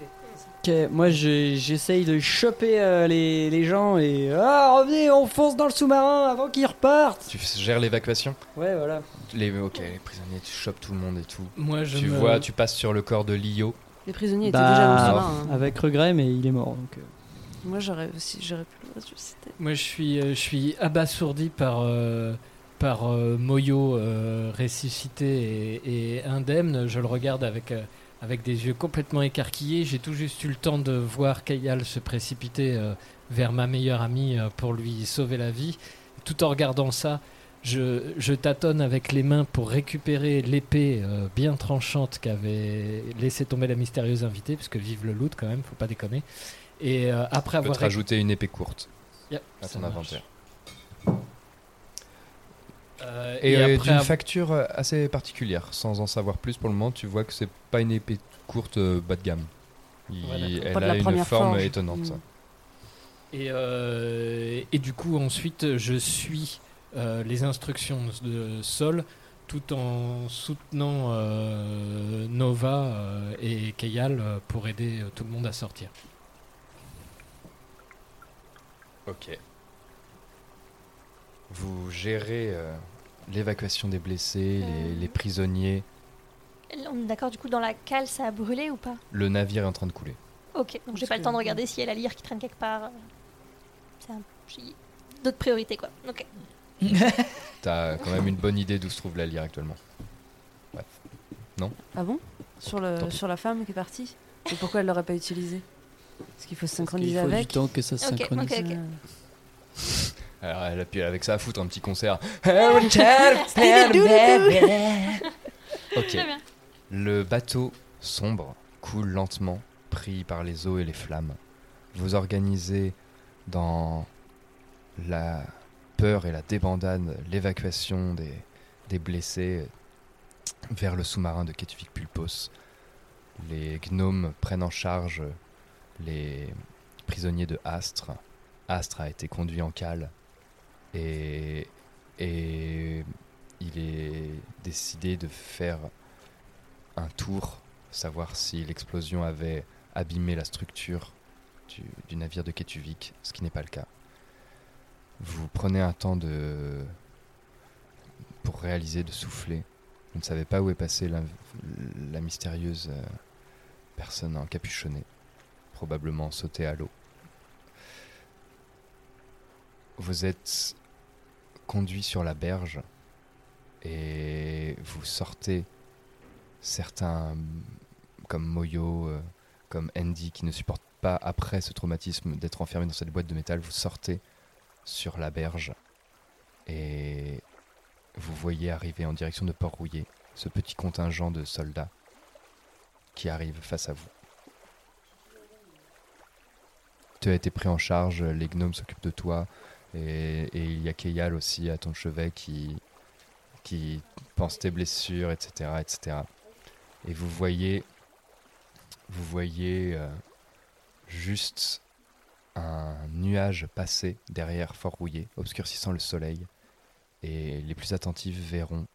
S6: Ok, moi j'ai- j'essaye de choper euh, les, les gens et. Ah, revenez, on fonce dans le sous-marin avant qu'ils repartent
S4: Tu gères l'évacuation
S6: Ouais, voilà.
S4: les, Ok, les prisonniers, tu chopes tout le monde et tout.
S6: Moi, je
S4: tu
S6: me-
S4: vois, tu passes sur le corps de Lio.
S3: Les prisonniers étaient
S6: Bah,
S3: déjà dans le sous-marin. hein.
S6: Avec regret, mais il est mort donc. euh,
S3: Moi, j'aurais aussi, j'aurais pu le ressusciter.
S7: Moi, je suis, euh, je suis abasourdi par, euh, par euh, Moyo euh, ressuscité et, et indemne. Je le regarde avec, euh, avec des yeux complètement écarquillés. J'ai tout juste eu le temps de voir Kayal se précipiter euh, vers ma meilleure amie euh, pour lui sauver la vie. Tout en regardant ça, je, je tâtonne avec les mains pour récupérer l'épée euh, bien tranchante qu'avait laissé tomber la mystérieuse invitée, puisque vive le loot quand même, faut pas déconner. Et euh, après
S4: Tu peux
S7: avoir
S4: te rajouter une épée courte
S7: Yep,
S4: à
S7: ça
S4: ton
S7: marche.
S4: inventaire.
S7: Euh,
S4: Et, euh,
S7: après
S4: d'une
S7: av-
S4: facture euh, assez particulière. Sans en savoir plus pour le moment, tu vois que c'est pas une épée courte euh, bas de gamme. Il-
S7: Ouais, d'accord.
S4: elle
S7: Pas de la
S4: a une
S7: première
S4: forme
S7: forge.
S4: étonnante.
S7: Mm. Et, euh, et du coup, ensuite, je suis euh, les instructions de Sol tout en soutenant euh, Nova euh, et Kayal euh, pour aider euh, tout le monde à sortir.
S4: Ok. Vous gérez euh, l'évacuation des blessés,
S7: Mm.
S4: les, les prisonniers.
S5: On est d'accord, du coup, dans la cale, ça a brûlé ou pas
S4: Le navire est en train de couler.
S5: Ok, donc j'ai pas le temps de regarder s'il y a la lyre qui traîne quelque part. C'est un- j'ai d'autres priorités, quoi. Ok.
S4: T'as quand même une bonne idée d'où se trouve la lyre actuellement. Bref. Non
S3: Ah bon sur, le,
S4: Tant pis.
S3: sur la femme qui est partie Et pourquoi elle l'aurait pas utilisée Parce qu'il faut se synchroniser
S6: faut du
S3: avec.
S6: temps que ça se
S3: Ok, ok,
S6: synchronise.
S3: ok.
S4: Alors, elle a pu avec ça à foutre un petit concert. Ok.
S5: Très bien.
S4: Le bateau sombre coule lentement, pris par les eaux et les flammes. Vous organisez dans la peur et la débandade l'évacuation des, des blessés vers le sous-marin de Ketuvik Pulpos. Les gnomes prennent en charge les prisonniers de Astre. Astre a été conduit en cale et, et il est décidé de faire un tour, savoir si l'explosion avait abîmé la structure du, du navire de Ketuvik, ce qui n'est pas le cas. Vous prenez un temps de pour réaliser, de souffler. Vous ne savez pas où est passée la, la mystérieuse euh, personne encapuchonnée, probablement sautée à l'eau. Vous êtes conduit sur la berge et vous sortez certains comme Moyo, euh, comme Andy qui ne supportent pas après ce traumatisme d'être enfermé dans cette boîte de métal, vous sortez sur la berge et vous voyez arriver en direction de Port-Rouillé ce petit contingent de soldats qui arrive face à vous. Tu as été pris en charge, les gnomes s'occupent de toi, et, et il y a Keyal aussi à ton chevet qui, qui pense tes blessures, etc., etc. Et vous voyez, vous voyez euh, juste un nuage passer derrière Fort Rouillé, obscurcissant le soleil, et les plus attentifs verront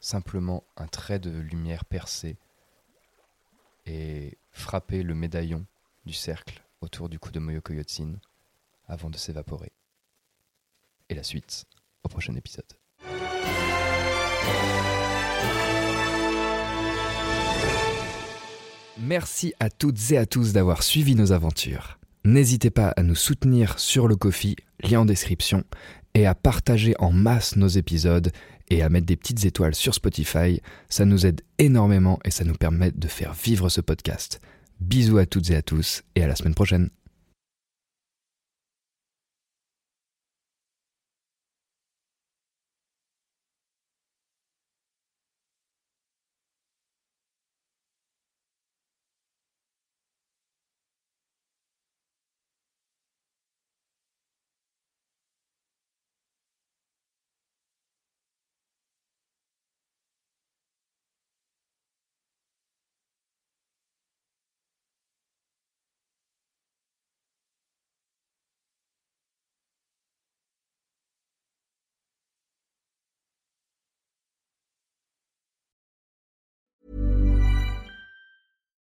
S4: simplement un trait de lumière percé et frapper le médaillon du cercle autour du cou de Moyo Koyotsin avant de s'évaporer. Et la suite au prochain épisode.
S1: Merci à toutes et à tous d'avoir suivi nos aventures. N'hésitez pas à nous soutenir sur le Kofi, lien en description, et à partager en masse nos épisodes et à mettre des petites étoiles sur Spotify. Ça nous aide énormément et ça nous permet de faire vivre ce podcast. Bisous à toutes et à tous et à la semaine prochaine.